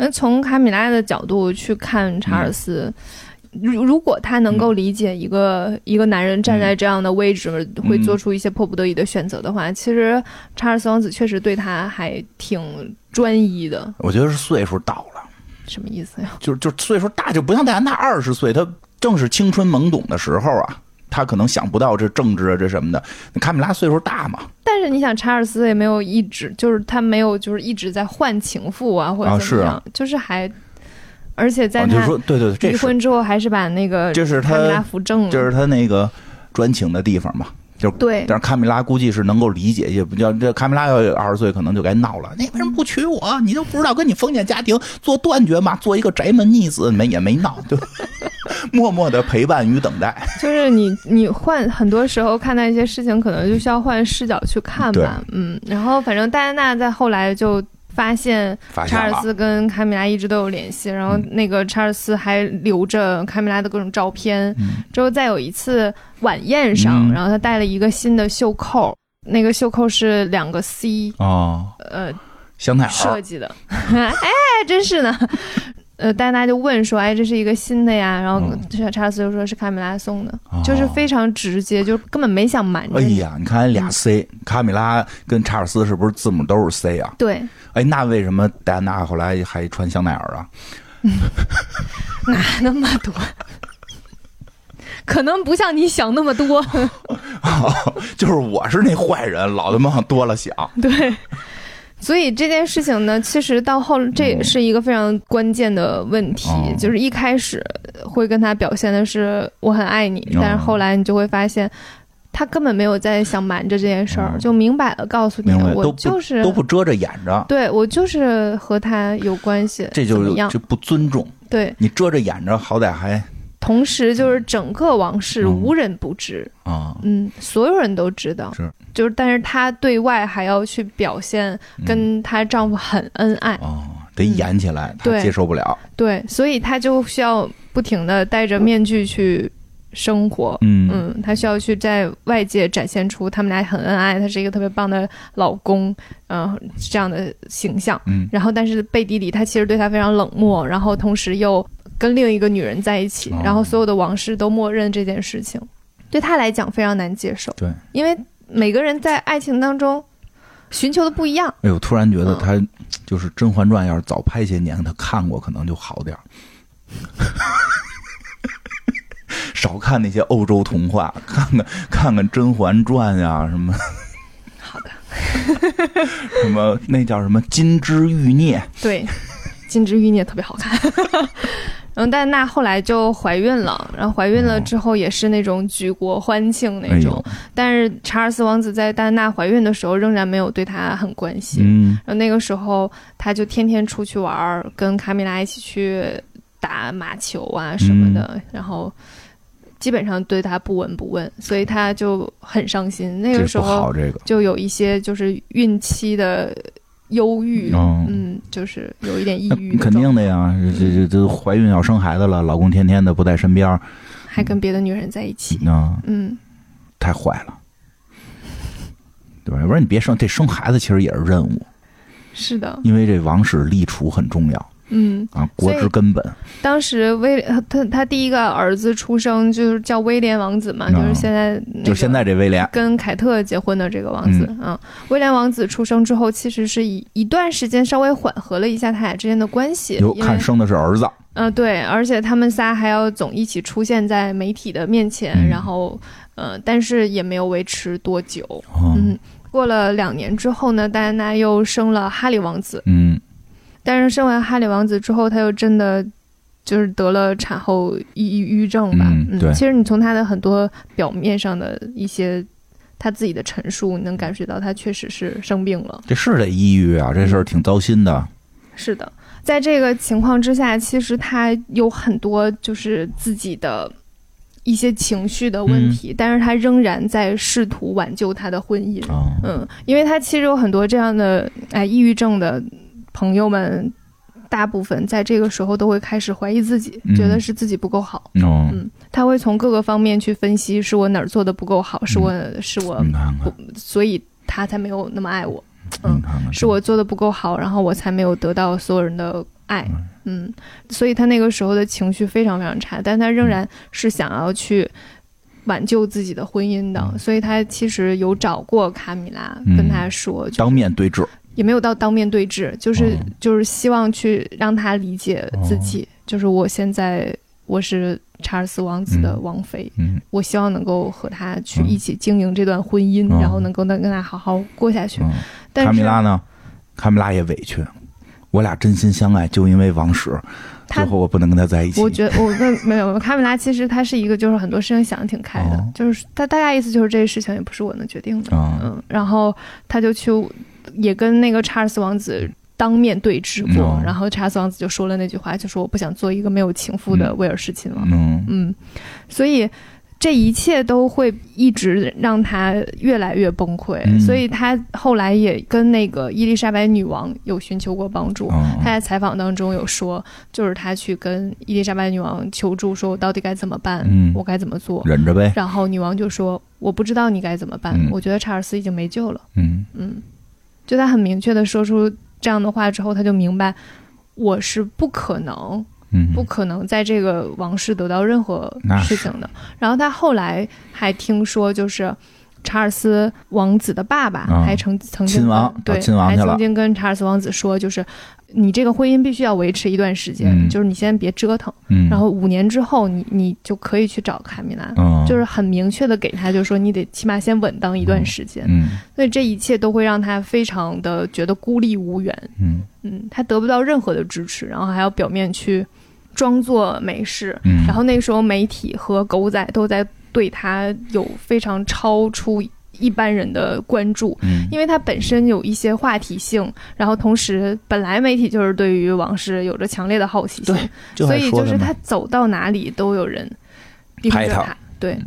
[SPEAKER 1] 那从卡米拉的角度去看查尔斯，
[SPEAKER 2] 嗯
[SPEAKER 1] 如、如果他能够理解一个、一个男人站在这样的位置、
[SPEAKER 2] 嗯
[SPEAKER 1] 会做出一些迫不得已的选择的话，其实查尔斯王子确实对他还挺专一的。
[SPEAKER 2] 我觉得是岁数到了。
[SPEAKER 1] 什么意思呀？
[SPEAKER 2] 就就岁数大，就不像戴安娜二十岁，她正是青春懵懂的时候啊，她可能想不到这政治啊这什么的。卡米拉岁数大嘛，
[SPEAKER 1] 但是你想，查尔斯也没有一直就是他没有就是一直在换情妇啊，或者
[SPEAKER 2] 啊
[SPEAKER 1] 怎么
[SPEAKER 2] 是
[SPEAKER 1] 样，
[SPEAKER 2] 啊
[SPEAKER 1] 就是还而且在
[SPEAKER 2] 啊、就是
[SPEAKER 1] 他
[SPEAKER 2] 说对对对，
[SPEAKER 1] 离
[SPEAKER 2] 这是
[SPEAKER 1] 婚之后还是把那个
[SPEAKER 2] 这是
[SPEAKER 1] 卡米拉
[SPEAKER 2] 她
[SPEAKER 1] 扶正了。
[SPEAKER 2] 这是她那个专情的地方嘛。就是
[SPEAKER 1] 对
[SPEAKER 2] 但是卡米拉估计是能够理解，也不叫这卡米拉要有二十岁可能就该闹了。你为什么不娶我？你都不知道跟你封建家庭做断绝嘛？做一个宅门逆子，没也没闹，对吧， 默默的陪伴与等待。
[SPEAKER 1] 就是你，你换很多时候看待一些事情，可能就需要换视角去看吧。嗯，然后反正戴安娜在后来就发现
[SPEAKER 2] 发现
[SPEAKER 1] 查尔
[SPEAKER 2] 了嗯
[SPEAKER 1] 斯跟卡米拉一直都有联系，然后那个查尔斯还留着卡米拉的各种照片。
[SPEAKER 2] 嗯
[SPEAKER 1] 之后再有一次晚宴上，
[SPEAKER 2] 嗯
[SPEAKER 1] 然后他戴了一个新的袖扣，那个袖扣是两个 C
[SPEAKER 2] 哦，
[SPEAKER 1] 呃
[SPEAKER 2] 香奈
[SPEAKER 1] 设
[SPEAKER 2] 儿
[SPEAKER 1] 计的。 哎，真是呢。 呃，戴安娜就问说：“哎，这是一个新的呀？”然后
[SPEAKER 2] 嗯
[SPEAKER 1] 查查尔斯就说是卡米拉送的，
[SPEAKER 2] 哦
[SPEAKER 1] 就是非常直接，就根本没想瞒着
[SPEAKER 2] 哎
[SPEAKER 1] 你。
[SPEAKER 2] 呀，你看俩 C，卡米拉跟查尔斯是不是字母都是 C 啊？
[SPEAKER 1] 对，
[SPEAKER 2] 哎，那为什么戴安娜后来还穿香奈儿啊？
[SPEAKER 1] 哪那么多？可能不像你想那么多，
[SPEAKER 2] 就是我是那坏人，老他妈往多了想。
[SPEAKER 1] 对。所以这件事情呢，其实到后，这也是一个非常关键的问题，
[SPEAKER 2] 嗯哦
[SPEAKER 1] 就是一开始会跟他表现的是我很爱你，
[SPEAKER 2] 哦
[SPEAKER 1] 但是后来你就会发现，他根本没有在想瞒着这件事儿，
[SPEAKER 2] 哦
[SPEAKER 1] 就明摆了告诉你
[SPEAKER 2] 明白，
[SPEAKER 1] 我
[SPEAKER 2] 都不
[SPEAKER 1] 就是
[SPEAKER 2] 都不遮着掩着，
[SPEAKER 1] 对我就是和他有关系，
[SPEAKER 2] 这
[SPEAKER 1] 怎
[SPEAKER 2] 就
[SPEAKER 1] 么样？
[SPEAKER 2] 就不尊重。
[SPEAKER 1] 对，
[SPEAKER 2] 你遮着掩着，好歹还
[SPEAKER 1] 同时就是整个王室
[SPEAKER 2] 嗯
[SPEAKER 1] 无人不知，
[SPEAKER 2] 啊、
[SPEAKER 1] 嗯，所有人都知道，
[SPEAKER 2] 是
[SPEAKER 1] 就是，但是她对外还要去表现
[SPEAKER 2] 嗯
[SPEAKER 1] 跟她丈夫很恩爱，
[SPEAKER 2] 哦，得演起来，他
[SPEAKER 1] 对
[SPEAKER 2] 接受不了。
[SPEAKER 1] 对，所以她就需要不停的戴着面具去生活。
[SPEAKER 2] 嗯
[SPEAKER 1] 嗯，她需要去在外界展现出他们俩很恩爱，他是一个特别棒的老公，嗯、这样的形象。
[SPEAKER 2] 嗯
[SPEAKER 1] 然后但是背地里他其实对她非常冷漠，然后同时又跟另一个女人在一起，
[SPEAKER 2] 哦
[SPEAKER 1] 然后所有的王室都默认这件事情，对她来讲非常难接受。
[SPEAKER 2] 对，
[SPEAKER 1] 因为每个人在爱情当中寻求的不一样。
[SPEAKER 2] 哎呦，突然觉得
[SPEAKER 1] 嗯
[SPEAKER 2] 他就是《甄嬛传》，要是早拍些年，他看过可能就好点儿。 少看那些欧洲童话，看看看看《甄嬛传》呀，什么
[SPEAKER 1] 好的，
[SPEAKER 2] 什么那叫什么《金枝欲孽》
[SPEAKER 1] 对， 金枝欲孽特别好看。 然后戴安娜后来就怀孕了，然后怀孕了之后也是那种举国欢庆那
[SPEAKER 2] 哦哎
[SPEAKER 1] 种。
[SPEAKER 2] 呦，
[SPEAKER 1] 但是查尔斯王子在戴安娜怀孕的时候仍然没有对她很关心。
[SPEAKER 2] 嗯，
[SPEAKER 1] 然后那个时候他就天天出去玩儿，跟卡米拉一起去打马球啊什么的，
[SPEAKER 2] 嗯
[SPEAKER 1] 然后基本上对他不闻不问，所以他就很伤心。那
[SPEAKER 2] 这
[SPEAKER 1] 个时
[SPEAKER 2] 不好，
[SPEAKER 1] 候
[SPEAKER 2] 这个，
[SPEAKER 1] 就有一些就是孕期的忧郁，
[SPEAKER 2] 嗯，
[SPEAKER 1] 嗯，就是有一点抑
[SPEAKER 2] 那
[SPEAKER 1] 郁的嗯
[SPEAKER 2] 肯
[SPEAKER 1] 状态，
[SPEAKER 2] 定的呀，这这这怀孕要生孩子了，老公天天的不在身边儿，
[SPEAKER 1] 还跟别的女人在一起，
[SPEAKER 2] 那
[SPEAKER 1] 嗯，
[SPEAKER 2] 太坏了，对吧？要不然你别生，这生孩子其实也是任务，
[SPEAKER 1] 是的，
[SPEAKER 2] 因为这王室立储很重要。
[SPEAKER 1] 嗯，
[SPEAKER 2] 啊，国之根本。
[SPEAKER 1] 当时威他他第一个儿子出生就是叫威廉王子嘛，
[SPEAKER 2] 嗯
[SPEAKER 1] 就是现在、那个、
[SPEAKER 2] 就是现在嗯这威廉，
[SPEAKER 1] 跟凯特结婚的这个王子啊、威廉王子出生之后，其实是一一段时间稍微缓和了一下他俩之间的关系，
[SPEAKER 2] 有
[SPEAKER 1] 因为
[SPEAKER 2] 看生的是儿子，
[SPEAKER 1] 嗯、对，而且他们仨还要总一起出现在媒体的面前，
[SPEAKER 2] 嗯
[SPEAKER 1] 然后呃，但是也没有维持多久，
[SPEAKER 2] 嗯
[SPEAKER 1] 嗯。过了两年之后呢，戴安娜又生了哈利王子，
[SPEAKER 2] 嗯
[SPEAKER 1] 但是生完哈利王子之后，她又真的就是得了产后抑郁症吧？
[SPEAKER 2] 嗯对
[SPEAKER 1] 其实你从她的很多表面上的一些她自己的陈述，你能感觉到她确实是生病了。
[SPEAKER 2] 这是得抑郁啊，这事儿挺糟心的。啊
[SPEAKER 1] 是的，在这个情况之下，其实她有很多就是自己的。一些情绪的问题，但是她仍然在试图挽救她的婚姻。
[SPEAKER 2] 啊，
[SPEAKER 1] 嗯，因为他其实有很多这样的哎抑郁症的朋友们，大部分在这个时候都会开始怀疑自己，
[SPEAKER 2] 嗯
[SPEAKER 1] 觉得是自己不够好。
[SPEAKER 2] 哦，
[SPEAKER 1] 嗯他会从各个方面去分析，是我哪儿做的不够好，是我是我，
[SPEAKER 2] 嗯你看看，
[SPEAKER 1] 所以他才没有那么爱我，
[SPEAKER 2] 你看看，
[SPEAKER 1] 嗯是我做的不够好，然后我才没有得到所有人的爱。嗯，所以他那个时候的情绪非常非常差，但他
[SPEAKER 2] 嗯
[SPEAKER 1] 仍然是想要去。挽救自己的婚姻的，所以他其实有找过卡米拉，跟
[SPEAKER 2] 嗯
[SPEAKER 1] 他说，就是
[SPEAKER 2] 当面对质，
[SPEAKER 1] 也没有到当面对质，就是、
[SPEAKER 2] 哦
[SPEAKER 1] 就是希望去让他理解自己，就是我现在我是查尔斯王子的王妃，
[SPEAKER 2] 嗯
[SPEAKER 1] 我希望能够和他去
[SPEAKER 2] 嗯
[SPEAKER 1] 一起经营这段婚姻，
[SPEAKER 2] 哦
[SPEAKER 1] 然后能够能跟他好好过下去。
[SPEAKER 2] 嗯，卡
[SPEAKER 1] 但
[SPEAKER 2] 米
[SPEAKER 1] 是
[SPEAKER 2] 拉呢？卡米拉也委屈，我俩真心相爱，就因为王室，最
[SPEAKER 1] 他
[SPEAKER 2] 后我不能跟他在一起。
[SPEAKER 1] 我觉得我跟 没有卡米拉，其实他是一个就是很多事情想的挺开的，
[SPEAKER 2] 哦
[SPEAKER 1] 就是他大概意思就是这些事情也不是我能决定的，
[SPEAKER 2] 啊，
[SPEAKER 1] 嗯，然后他就去也跟那个查尔斯王子当面对质过，
[SPEAKER 2] 嗯
[SPEAKER 1] 然后查尔斯王子就说了那句话，就说我不想做一个没有情妇的
[SPEAKER 2] 嗯
[SPEAKER 1] 威尔士亲王，
[SPEAKER 2] 嗯
[SPEAKER 1] 嗯，所以这一切都会一直让他越来越崩溃，
[SPEAKER 2] 嗯
[SPEAKER 1] 所以他后来也跟那个伊丽莎白女王有寻求过帮助。
[SPEAKER 2] 嗯
[SPEAKER 1] 他在采访当中有说，就是他去跟伊丽莎白女王求助，说我到底该怎么办，
[SPEAKER 2] 嗯
[SPEAKER 1] 我该怎么做？
[SPEAKER 2] 忍着呗，
[SPEAKER 1] 然后女王就说：“我不知道你该怎么办，
[SPEAKER 2] 嗯
[SPEAKER 1] 我觉得查尔斯已经没救了。
[SPEAKER 2] 嗯”
[SPEAKER 1] 就他很明确的说出这样的话之后，他就明白我是不可能、
[SPEAKER 2] 嗯，
[SPEAKER 1] 不可能在这个王室得到任何
[SPEAKER 2] 那
[SPEAKER 1] 事
[SPEAKER 2] 是
[SPEAKER 1] 情的。然后他后来还听说，就是查尔斯王子的爸爸
[SPEAKER 2] 啊
[SPEAKER 1] 还曾、曾经
[SPEAKER 2] 亲王
[SPEAKER 1] 跟对
[SPEAKER 2] 找亲王
[SPEAKER 1] 还
[SPEAKER 2] 去了
[SPEAKER 1] 曾经跟查尔斯王子说，就是你这个婚姻必须要维持一段时间，
[SPEAKER 2] 嗯
[SPEAKER 1] 就是你先别折腾，
[SPEAKER 2] 嗯，
[SPEAKER 1] 然后五年之后你你就可以去找卡米拉。
[SPEAKER 2] 嗯，
[SPEAKER 1] 就是很明确的给他，就说你得起码先稳当一段时间，
[SPEAKER 2] 嗯
[SPEAKER 1] 所以这一切都会让他非常的觉得孤立无援，
[SPEAKER 2] 嗯
[SPEAKER 1] 嗯，他得不到任何的支持，然后还要表面去装作没事，
[SPEAKER 2] 嗯，
[SPEAKER 1] 然后那时候媒体和狗仔都在对他有非常超出一般人的关注，
[SPEAKER 2] 嗯
[SPEAKER 1] 因为它本身有一些话题性，然后同时本来媒体就是对于往事有着强烈的好奇心，
[SPEAKER 2] 对就
[SPEAKER 1] 所
[SPEAKER 2] 还
[SPEAKER 1] 以
[SPEAKER 2] 说
[SPEAKER 1] 就
[SPEAKER 2] 呢
[SPEAKER 1] 是
[SPEAKER 2] 嘛
[SPEAKER 1] 他走到哪里都有人盯
[SPEAKER 2] 拍
[SPEAKER 1] 着
[SPEAKER 2] 他
[SPEAKER 1] 他，对，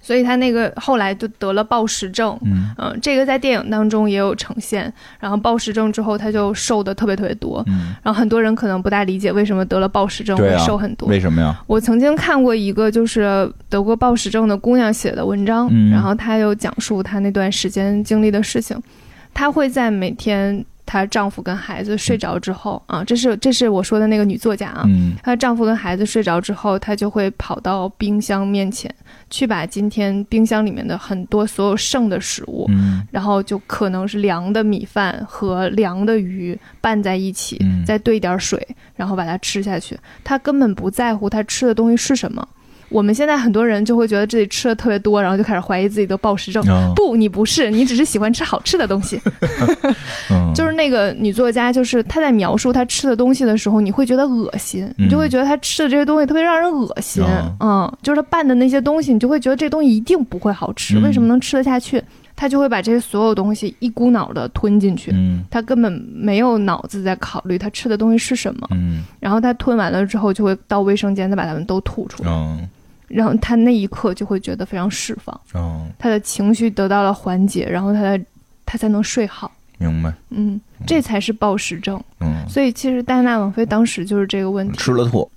[SPEAKER 1] 所以他那个后来就得了暴食症。
[SPEAKER 2] 嗯
[SPEAKER 1] 嗯，这个在电影当中也有呈现。然后暴食症之后，他就瘦的特别特别多。
[SPEAKER 2] 嗯，
[SPEAKER 1] 然后很多人可能不大理解为什么得了暴食症
[SPEAKER 2] 对
[SPEAKER 1] 会
[SPEAKER 2] 啊
[SPEAKER 1] 瘦很多。
[SPEAKER 2] 为什么呀？
[SPEAKER 1] 我曾经看过一个就是得过暴食症的姑娘写的文章，
[SPEAKER 2] 嗯
[SPEAKER 1] 然后她有讲述她那段时间经历的事情。她会在每天她丈夫跟孩子睡着之后啊，这是这是我说的那个女作家啊，
[SPEAKER 2] 嗯
[SPEAKER 1] 她丈夫跟孩子睡着之后，她就会跑到冰箱面前去把今天冰箱里面的很多所有剩的食物。
[SPEAKER 2] 嗯
[SPEAKER 1] 然后就可能是凉的米饭和凉的鱼拌在一起，
[SPEAKER 2] 嗯
[SPEAKER 1] 再兑点水，然后把它吃下去。他根本不在乎他吃的东西是什么。我们现在很多人就会觉得自己吃的特别多，然后就开始怀疑自己得暴食症。
[SPEAKER 2] 嗯
[SPEAKER 1] 不，你不是，你只是喜欢吃好吃的东西。
[SPEAKER 2] 嗯，
[SPEAKER 1] 就是那个女作家，就是她在描述她吃的东西的时候，你会觉得恶心，
[SPEAKER 2] 嗯
[SPEAKER 1] 你就会觉得她吃的这些东西特别让人恶心。
[SPEAKER 2] 哦
[SPEAKER 1] 嗯，就是她拌的那些东西，你就会觉得这东西一定不会好吃，
[SPEAKER 2] 嗯
[SPEAKER 1] 为什么能吃得下去？她就会把这些所有东西一股脑的吞进去，
[SPEAKER 2] 嗯
[SPEAKER 1] 她根本没有脑子在考虑她吃的东西是什么。
[SPEAKER 2] 嗯
[SPEAKER 1] 然后她吞完了之后，就会到卫生间再把它们都吐出来，
[SPEAKER 2] 嗯
[SPEAKER 1] 然后她那一刻就会觉得非常释放，
[SPEAKER 2] 嗯，
[SPEAKER 1] 她的情绪得到了缓解，然后她的她才能睡好。
[SPEAKER 2] 明白。
[SPEAKER 1] 嗯，这才是暴食症。
[SPEAKER 2] 嗯，
[SPEAKER 1] 所以其实戴安娜王妃当时就是这个问题，
[SPEAKER 2] 吃了吐。嗯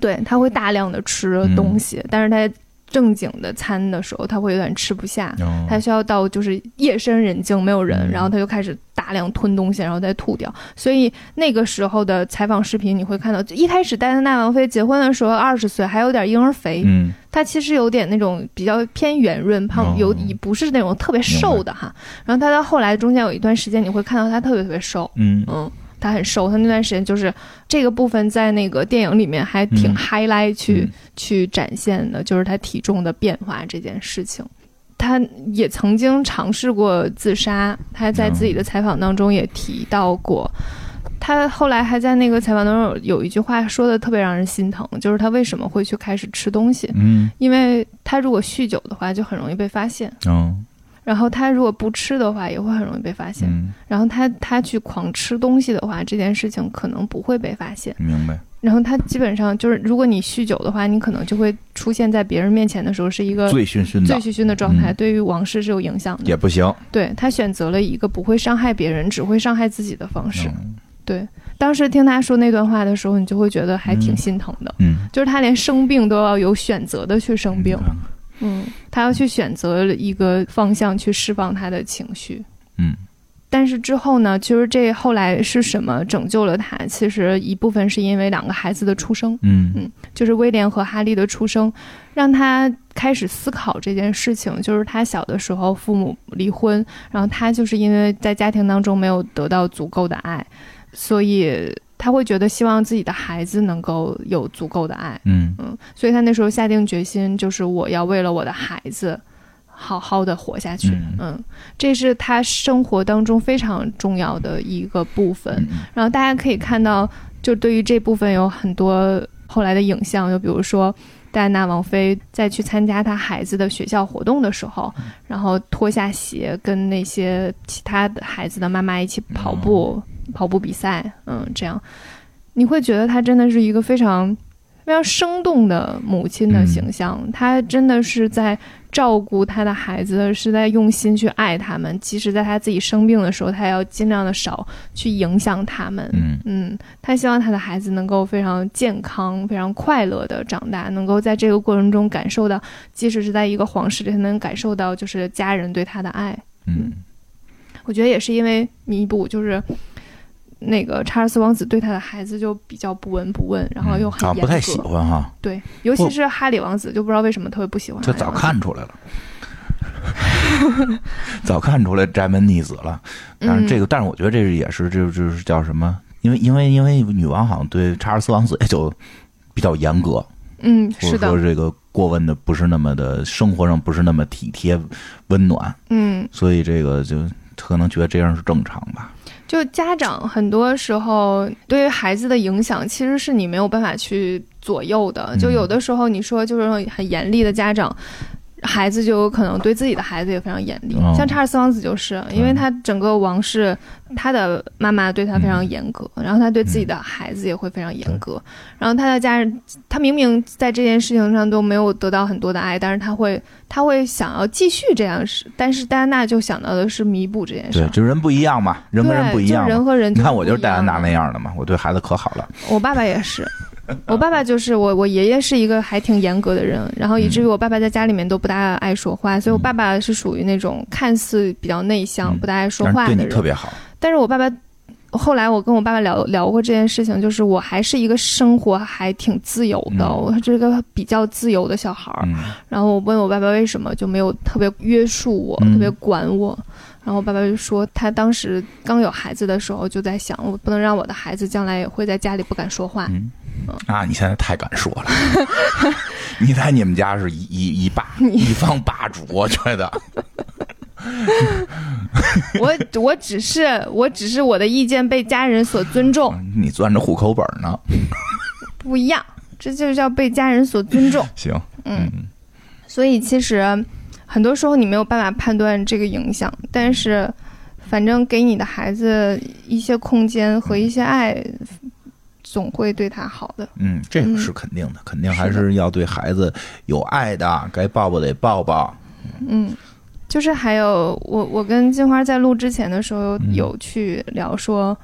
[SPEAKER 1] 对她会大量的吃东西，但是她正经的餐的时候，他会有点吃不下，
[SPEAKER 2] 哦
[SPEAKER 1] 他需要到就是夜深人静没有人
[SPEAKER 2] 嗯，
[SPEAKER 1] 然后他就开始大量吞东西，然后再吐掉。所以那个时候的采访视频你会看到，就一开始戴安娜王妃结婚的时候二十岁，还有点婴儿肥，
[SPEAKER 2] 嗯，
[SPEAKER 1] 她其实有点那种比较偏圆润
[SPEAKER 2] 哦
[SPEAKER 1] 胖，有不是那种特别瘦的哈。然后她到后来中间有一段时间，你会看到她特别特别瘦，
[SPEAKER 2] 嗯，
[SPEAKER 1] 嗯，她很瘦，她那段时间就是这个部分在那个电影里面还挺
[SPEAKER 2] 嗯
[SPEAKER 1] highlight 去、
[SPEAKER 2] 嗯
[SPEAKER 1] 去展现的，就是她体重的变化这件事情。她也曾经尝试过自杀，她在
[SPEAKER 2] 嗯
[SPEAKER 1] 自己的采访当中也提到过。她后来还在那个采访当中有有一句话说的特别让人心疼，就是她为什么会去开始吃东西？
[SPEAKER 2] 嗯，
[SPEAKER 1] 因为她如果酗酒的话，就很容易被发现；
[SPEAKER 2] 嗯，
[SPEAKER 1] 然后她如果不吃的话，也会很容易被发现。
[SPEAKER 2] 嗯，
[SPEAKER 1] 然后他他去狂吃东西的话，这件事情可能不会被发现。
[SPEAKER 2] 嗯明白。
[SPEAKER 1] 然后他基本上就是，如果你酗酒的话，你可能就会出现在别人面前的时候是一个
[SPEAKER 2] 醉醺醺
[SPEAKER 1] 呃醉
[SPEAKER 2] 的
[SPEAKER 1] 醺醺的状态，
[SPEAKER 2] 嗯
[SPEAKER 1] 对于王室是有影响
[SPEAKER 2] 也
[SPEAKER 1] 的。
[SPEAKER 2] 不行，
[SPEAKER 1] 对他选择了一个不会伤害别人，只会伤害自己的方式。
[SPEAKER 2] 嗯
[SPEAKER 1] 对，当时听他说那段话的时候，你就会觉得还挺心疼的，
[SPEAKER 2] 嗯，
[SPEAKER 1] 就是他连生病都要有选择的去生病，
[SPEAKER 2] 嗯
[SPEAKER 1] 嗯，他要去选择一个方向去释放他的情绪。
[SPEAKER 2] 嗯，
[SPEAKER 1] 但是之后呢，其实这后来是什么拯救了他？其实一部分是因为两个孩子的出生，
[SPEAKER 2] 嗯，
[SPEAKER 1] 就是威廉和哈利的出生，让他开始思考这件事情。就是他小的时候父母离婚，然后他就是因为在家庭当中没有得到足够的爱，所以他会觉得希望自己的孩子能够有足够的爱。
[SPEAKER 2] 嗯，
[SPEAKER 1] 嗯，所以他那时候下定决心，就是我要为了我的孩子好好的活下去。
[SPEAKER 2] 嗯
[SPEAKER 1] 嗯这是他生活当中非常重要的一个部分。
[SPEAKER 2] 嗯
[SPEAKER 1] 然后大家可以看到，就对于这部分有很多后来的影像，就比如说。戴安娜王妃在去参加她孩子的学校活动的时候，
[SPEAKER 2] 嗯
[SPEAKER 1] 然后脱下鞋跟那些其他的孩子的妈妈一起
[SPEAKER 2] 哦
[SPEAKER 1] 跑步，跑步比赛，嗯，这样你会觉得她真的是一个非常非常生动的母亲的形象，她真的是在照顾她的孩子，是在用心去爱他们，即使在她自己生病的时候，她也要尽量的少去影响他们。
[SPEAKER 2] 嗯，
[SPEAKER 1] 嗯，她希望她的孩子能够非常健康、非常快乐的长大，能够在这个过程中感受到，即使是在一个皇室里，她能感受到就是家人对她的爱。
[SPEAKER 2] 嗯，
[SPEAKER 1] 我觉得也是因为弥补，就是那个查尔斯王子对他的孩子就比较不闻不问，然后又很
[SPEAKER 2] 好像
[SPEAKER 1] 严格，
[SPEAKER 2] 嗯啊不太喜欢哈，
[SPEAKER 1] 对，尤其是哈里王子，就不知道为什么特别不喜欢哈
[SPEAKER 2] 这
[SPEAKER 1] 里王
[SPEAKER 2] 早
[SPEAKER 1] 子。
[SPEAKER 2] 看出来了。 早看出来宅门逆子了，但是这
[SPEAKER 1] 嗯
[SPEAKER 2] 个，但是我觉得这是也是，这就是叫什么？因为因为因为女王好像对查尔斯王子也就比较严格，
[SPEAKER 1] 嗯，嗯，
[SPEAKER 2] 或
[SPEAKER 1] 是
[SPEAKER 2] 者说
[SPEAKER 1] 的，
[SPEAKER 2] 这个过问的不是那么的生活上不是那么体贴温暖，
[SPEAKER 1] 嗯，
[SPEAKER 2] 所以这个就可能觉得这样是正常吧。
[SPEAKER 1] 就家长很多时候对于孩子的影响，其实是你没有办法去左右的。
[SPEAKER 2] 嗯
[SPEAKER 1] 就有的时候你说就是很严厉的家长。孩子就有可能对自己的孩子也非常严厉，
[SPEAKER 2] 哦嗯
[SPEAKER 1] 像查尔斯王子就是，因为他整个王室，他的妈妈对他非常严格，
[SPEAKER 2] 嗯
[SPEAKER 1] 然后他对自己的孩子也会非常严格，然后他的家人，他明明在这件事情上都没有得到很多的爱，但是他会他会想要继续这样是，但是戴安娜就想到的是弥补这件事
[SPEAKER 2] 对
[SPEAKER 1] 儿，，
[SPEAKER 2] 就人不一样嘛，人跟人
[SPEAKER 1] 对
[SPEAKER 2] 不一样
[SPEAKER 1] 就人
[SPEAKER 2] 嘛。
[SPEAKER 1] 和人。
[SPEAKER 2] 你看我就是戴安娜那
[SPEAKER 1] 那，
[SPEAKER 2] 样的嘛，我对孩子可好了。
[SPEAKER 1] 我爸爸也是，我爸爸就是我，我爷爷是一个还挺严格的人，然后以
[SPEAKER 2] 嗯
[SPEAKER 1] 至于我爸爸在家里面都不大爱说话，所以我爸爸是属于那种看似比较内向、
[SPEAKER 2] 嗯
[SPEAKER 1] 不大爱说
[SPEAKER 2] 但是
[SPEAKER 1] 话
[SPEAKER 2] 对
[SPEAKER 1] 的
[SPEAKER 2] 你
[SPEAKER 1] 人。
[SPEAKER 2] 特别好，
[SPEAKER 1] 但是我爸爸。后来我跟我爸爸聊聊过这件事情，就是我还是一个生活还挺自由的，
[SPEAKER 2] 嗯
[SPEAKER 1] 我是个比较自由的小孩儿。
[SPEAKER 2] 嗯
[SPEAKER 1] 然后我问我爸爸为什么就没有特别约束我，
[SPEAKER 2] 嗯
[SPEAKER 1] 特别管我。然后我爸爸就说，他当时刚有孩子的时候就在想，我不能让我的孩子将来也会在家里不敢说话。
[SPEAKER 2] 嗯啊，你现在太敢说了， 你在你们家是一一一霸一方霸主，我觉得
[SPEAKER 1] 我我只是我只是我的意见被家人所尊重，
[SPEAKER 2] 你攥着户口本呢。
[SPEAKER 1] 不一样，这就叫被家人所尊重。
[SPEAKER 2] 行，
[SPEAKER 1] 嗯，所以其实很多时候你没有办法判断这个影响，但是反正给你的孩子一些空间和一些爱，总会对他好的。
[SPEAKER 2] 嗯，这个
[SPEAKER 1] 嗯
[SPEAKER 2] 是肯定的，肯定还
[SPEAKER 1] 是的
[SPEAKER 2] 是要对孩子有爱的，该抱抱得抱抱。
[SPEAKER 1] 嗯，就是还有我，我跟金花在录之前的时候
[SPEAKER 2] 嗯
[SPEAKER 1] 有去聊说，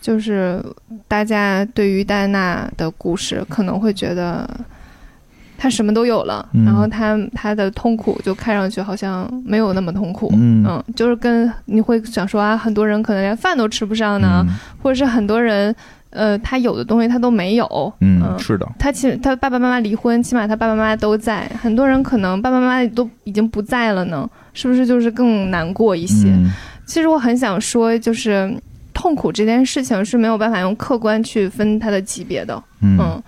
[SPEAKER 1] 就是大家对于戴安娜的故事可能会觉得他什么都有了，
[SPEAKER 2] 嗯
[SPEAKER 1] 然后他他的痛苦就看上去好像没有那么痛苦，
[SPEAKER 2] 嗯
[SPEAKER 1] 就是跟你会想说啊，很多人可能连饭都吃不上
[SPEAKER 2] 嗯
[SPEAKER 1] 呢，或者是很多人呃，他有的东西他都没有，
[SPEAKER 2] 嗯嗯，是的，
[SPEAKER 1] 他起他爸爸妈妈离婚，起码他爸爸妈妈都在，很多人可能爸爸妈妈都已经不在了呢，是不是就是更难过一些？
[SPEAKER 2] 嗯
[SPEAKER 1] 其实我很想说，就是痛苦这件事情是没有办法用客观去分它的级别的，
[SPEAKER 2] 嗯
[SPEAKER 1] 嗯。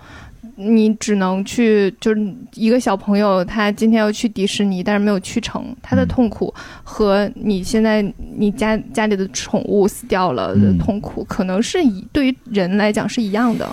[SPEAKER 1] 你只能去，就是一个小朋友，他今天要去迪士尼，但是没有去成，他的
[SPEAKER 2] 嗯
[SPEAKER 1] 痛苦和你现在你家家里的宠物死掉了的
[SPEAKER 2] 嗯
[SPEAKER 1] 痛苦，可能是一对于人来讲是一样的。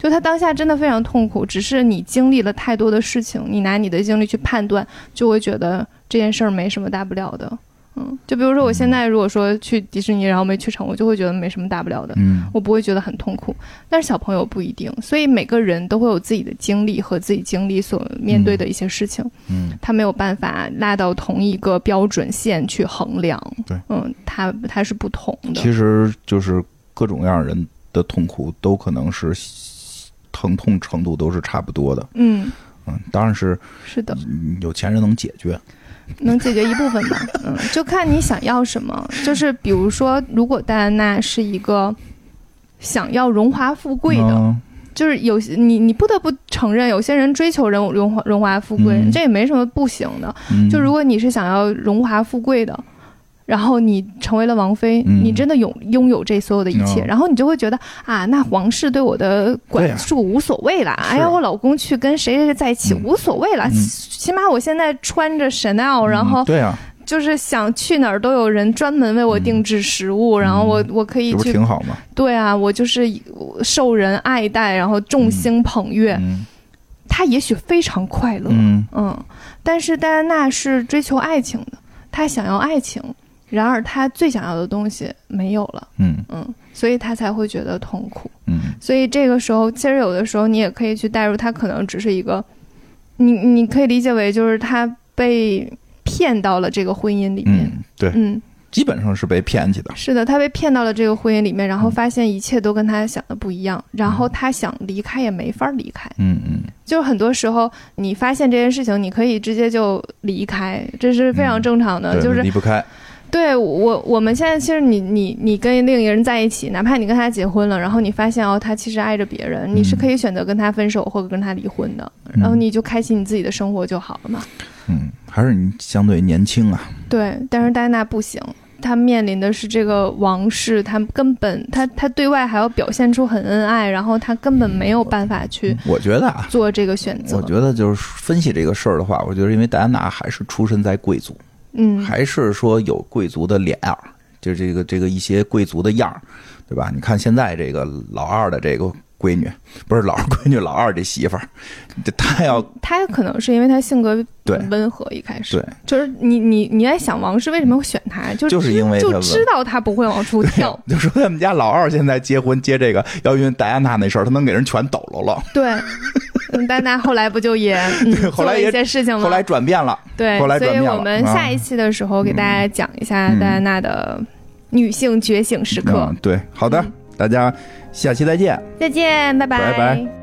[SPEAKER 1] 就他当下真的非常痛苦，只是你经历了太多的事情，你拿你的经历去判断，就会觉得这件事儿没什么大不了的。嗯，就比如说我现在如果说去迪士尼，然后没去成，我就会觉得没什么大不了的。
[SPEAKER 2] 嗯
[SPEAKER 1] 我不会觉得很痛苦。但是小朋友不一定，所以每个人都会有自己的经历和自己经历所面对的一些事情，
[SPEAKER 2] 嗯，
[SPEAKER 1] 他没有办法拉到同一个标准线去衡量。
[SPEAKER 2] 对，
[SPEAKER 1] 嗯，他他是不同的。
[SPEAKER 2] 其实就是各种各样人的痛苦都可能是疼痛程度都是差不多的，
[SPEAKER 1] 嗯，
[SPEAKER 2] 嗯，当然是
[SPEAKER 1] 是的，
[SPEAKER 2] 嗯有钱人能解决，
[SPEAKER 1] 能解决一部 分吧。嗯，就看你想要什么。就是比如说，如果戴安娜是一个想要荣华富贵的，
[SPEAKER 2] 嗯
[SPEAKER 1] 就是有些你你不得不承认，有些人追求荣荣华荣华富贵，
[SPEAKER 2] 嗯
[SPEAKER 1] 这也没什么不行的。
[SPEAKER 2] 嗯
[SPEAKER 1] 就如果你是想要荣华富贵的，然后你成为了王妃，
[SPEAKER 2] 嗯
[SPEAKER 1] 你真的拥拥有这所有的一切，
[SPEAKER 2] 嗯
[SPEAKER 1] 然后你就会觉得啊，那皇室对我的
[SPEAKER 2] 对
[SPEAKER 1] 管
[SPEAKER 2] 啊
[SPEAKER 1] 束无所谓啦。
[SPEAKER 2] 是
[SPEAKER 1] 哎呀，我老公去跟谁谁谁在一起、
[SPEAKER 2] 嗯
[SPEAKER 1] 无所谓啦，
[SPEAKER 2] 嗯
[SPEAKER 1] 起起码我现在穿着 Chanel，然后
[SPEAKER 2] 嗯对嗯啊，
[SPEAKER 1] 就是想去哪儿都有人专门为我定制食物，然后
[SPEAKER 2] 嗯
[SPEAKER 1] 我我可以
[SPEAKER 2] 这不是
[SPEAKER 1] 去，
[SPEAKER 2] 挺好吗？
[SPEAKER 1] 对啊，我就是受人爱戴，然后众星捧月，
[SPEAKER 2] 嗯
[SPEAKER 1] 他也许非常快乐，
[SPEAKER 2] 嗯
[SPEAKER 1] 嗯，但是戴安娜是追求爱情的，她想要爱情，然而她最想要的东西没有了，
[SPEAKER 2] 嗯
[SPEAKER 1] 嗯，所以她才会觉得痛苦。
[SPEAKER 2] 嗯
[SPEAKER 1] 所以这个时候，其实有的时候你也可以去代入，她可能只是一个，你你可以理解为就是她被骗到了这个婚姻里面，
[SPEAKER 2] 嗯，对，
[SPEAKER 1] 嗯，
[SPEAKER 2] 基本上是被骗去的，
[SPEAKER 1] 是的，她被骗到了这个婚姻里面，然后发现一切都跟她想的不一样，然后她想离开也没法离开。
[SPEAKER 2] 嗯嗯
[SPEAKER 1] 就是很多时候，你发现这件事情，你可以直接就离开，这是非常正常的。
[SPEAKER 2] 嗯对，
[SPEAKER 1] 呃就是
[SPEAKER 2] 离不开，
[SPEAKER 1] 对我，我们现在其实你你你跟另一个人在一起，哪怕你跟他结婚了，然后你发现哦，他其实爱着别人，你是可以选择跟他分手或者跟他离婚的，然后你就开启你自己的生活就好了嘛。
[SPEAKER 2] 嗯，还是你相对年轻啊，
[SPEAKER 1] 对，但是戴安娜不行，她面临的是这个王室，她根本她她对外还要表现出很恩爱，然后她根本没有办法去
[SPEAKER 2] 我觉得啊，
[SPEAKER 1] 做这个选择。
[SPEAKER 2] 我觉得就是分析这个事儿的话，我觉得因为戴安娜还是出身在贵族，
[SPEAKER 1] 嗯，
[SPEAKER 2] 还是说有贵族的脸儿，就这个这个一些贵族的样儿，对吧？你看现在这个老二的这个闺女，不是老二闺女，老二这媳妇儿，这她要
[SPEAKER 1] 他可能是因为他性格
[SPEAKER 2] 哦对
[SPEAKER 1] 温和，一开始
[SPEAKER 2] 对，
[SPEAKER 1] 就是你你你在想王室为什么会选他，就
[SPEAKER 2] 就是是因为她
[SPEAKER 1] 就
[SPEAKER 2] 温
[SPEAKER 1] 知道他不会往出 跳，
[SPEAKER 2] 就说他们家老二现在结婚接这个，要因为戴安娜那事儿，他能给人全抖搂了。
[SPEAKER 1] 对。嗯，但那后来不就 也、嗯、
[SPEAKER 2] 对后
[SPEAKER 1] 做
[SPEAKER 2] 来
[SPEAKER 1] 了
[SPEAKER 2] 也
[SPEAKER 1] 一些事情吗？
[SPEAKER 2] 后来转变了，
[SPEAKER 1] 对，
[SPEAKER 2] 后来
[SPEAKER 1] 所
[SPEAKER 2] 转
[SPEAKER 1] 以
[SPEAKER 2] 变
[SPEAKER 1] 我
[SPEAKER 2] 了
[SPEAKER 1] 们
[SPEAKER 2] 啊嗯
[SPEAKER 1] 下一期的时候给大家讲一下戴安娜的女
[SPEAKER 2] 嗯
[SPEAKER 1] 性觉醒时刻。
[SPEAKER 2] 嗯，对，好的，大家下期再见。
[SPEAKER 1] 再见，拜
[SPEAKER 2] 拜拜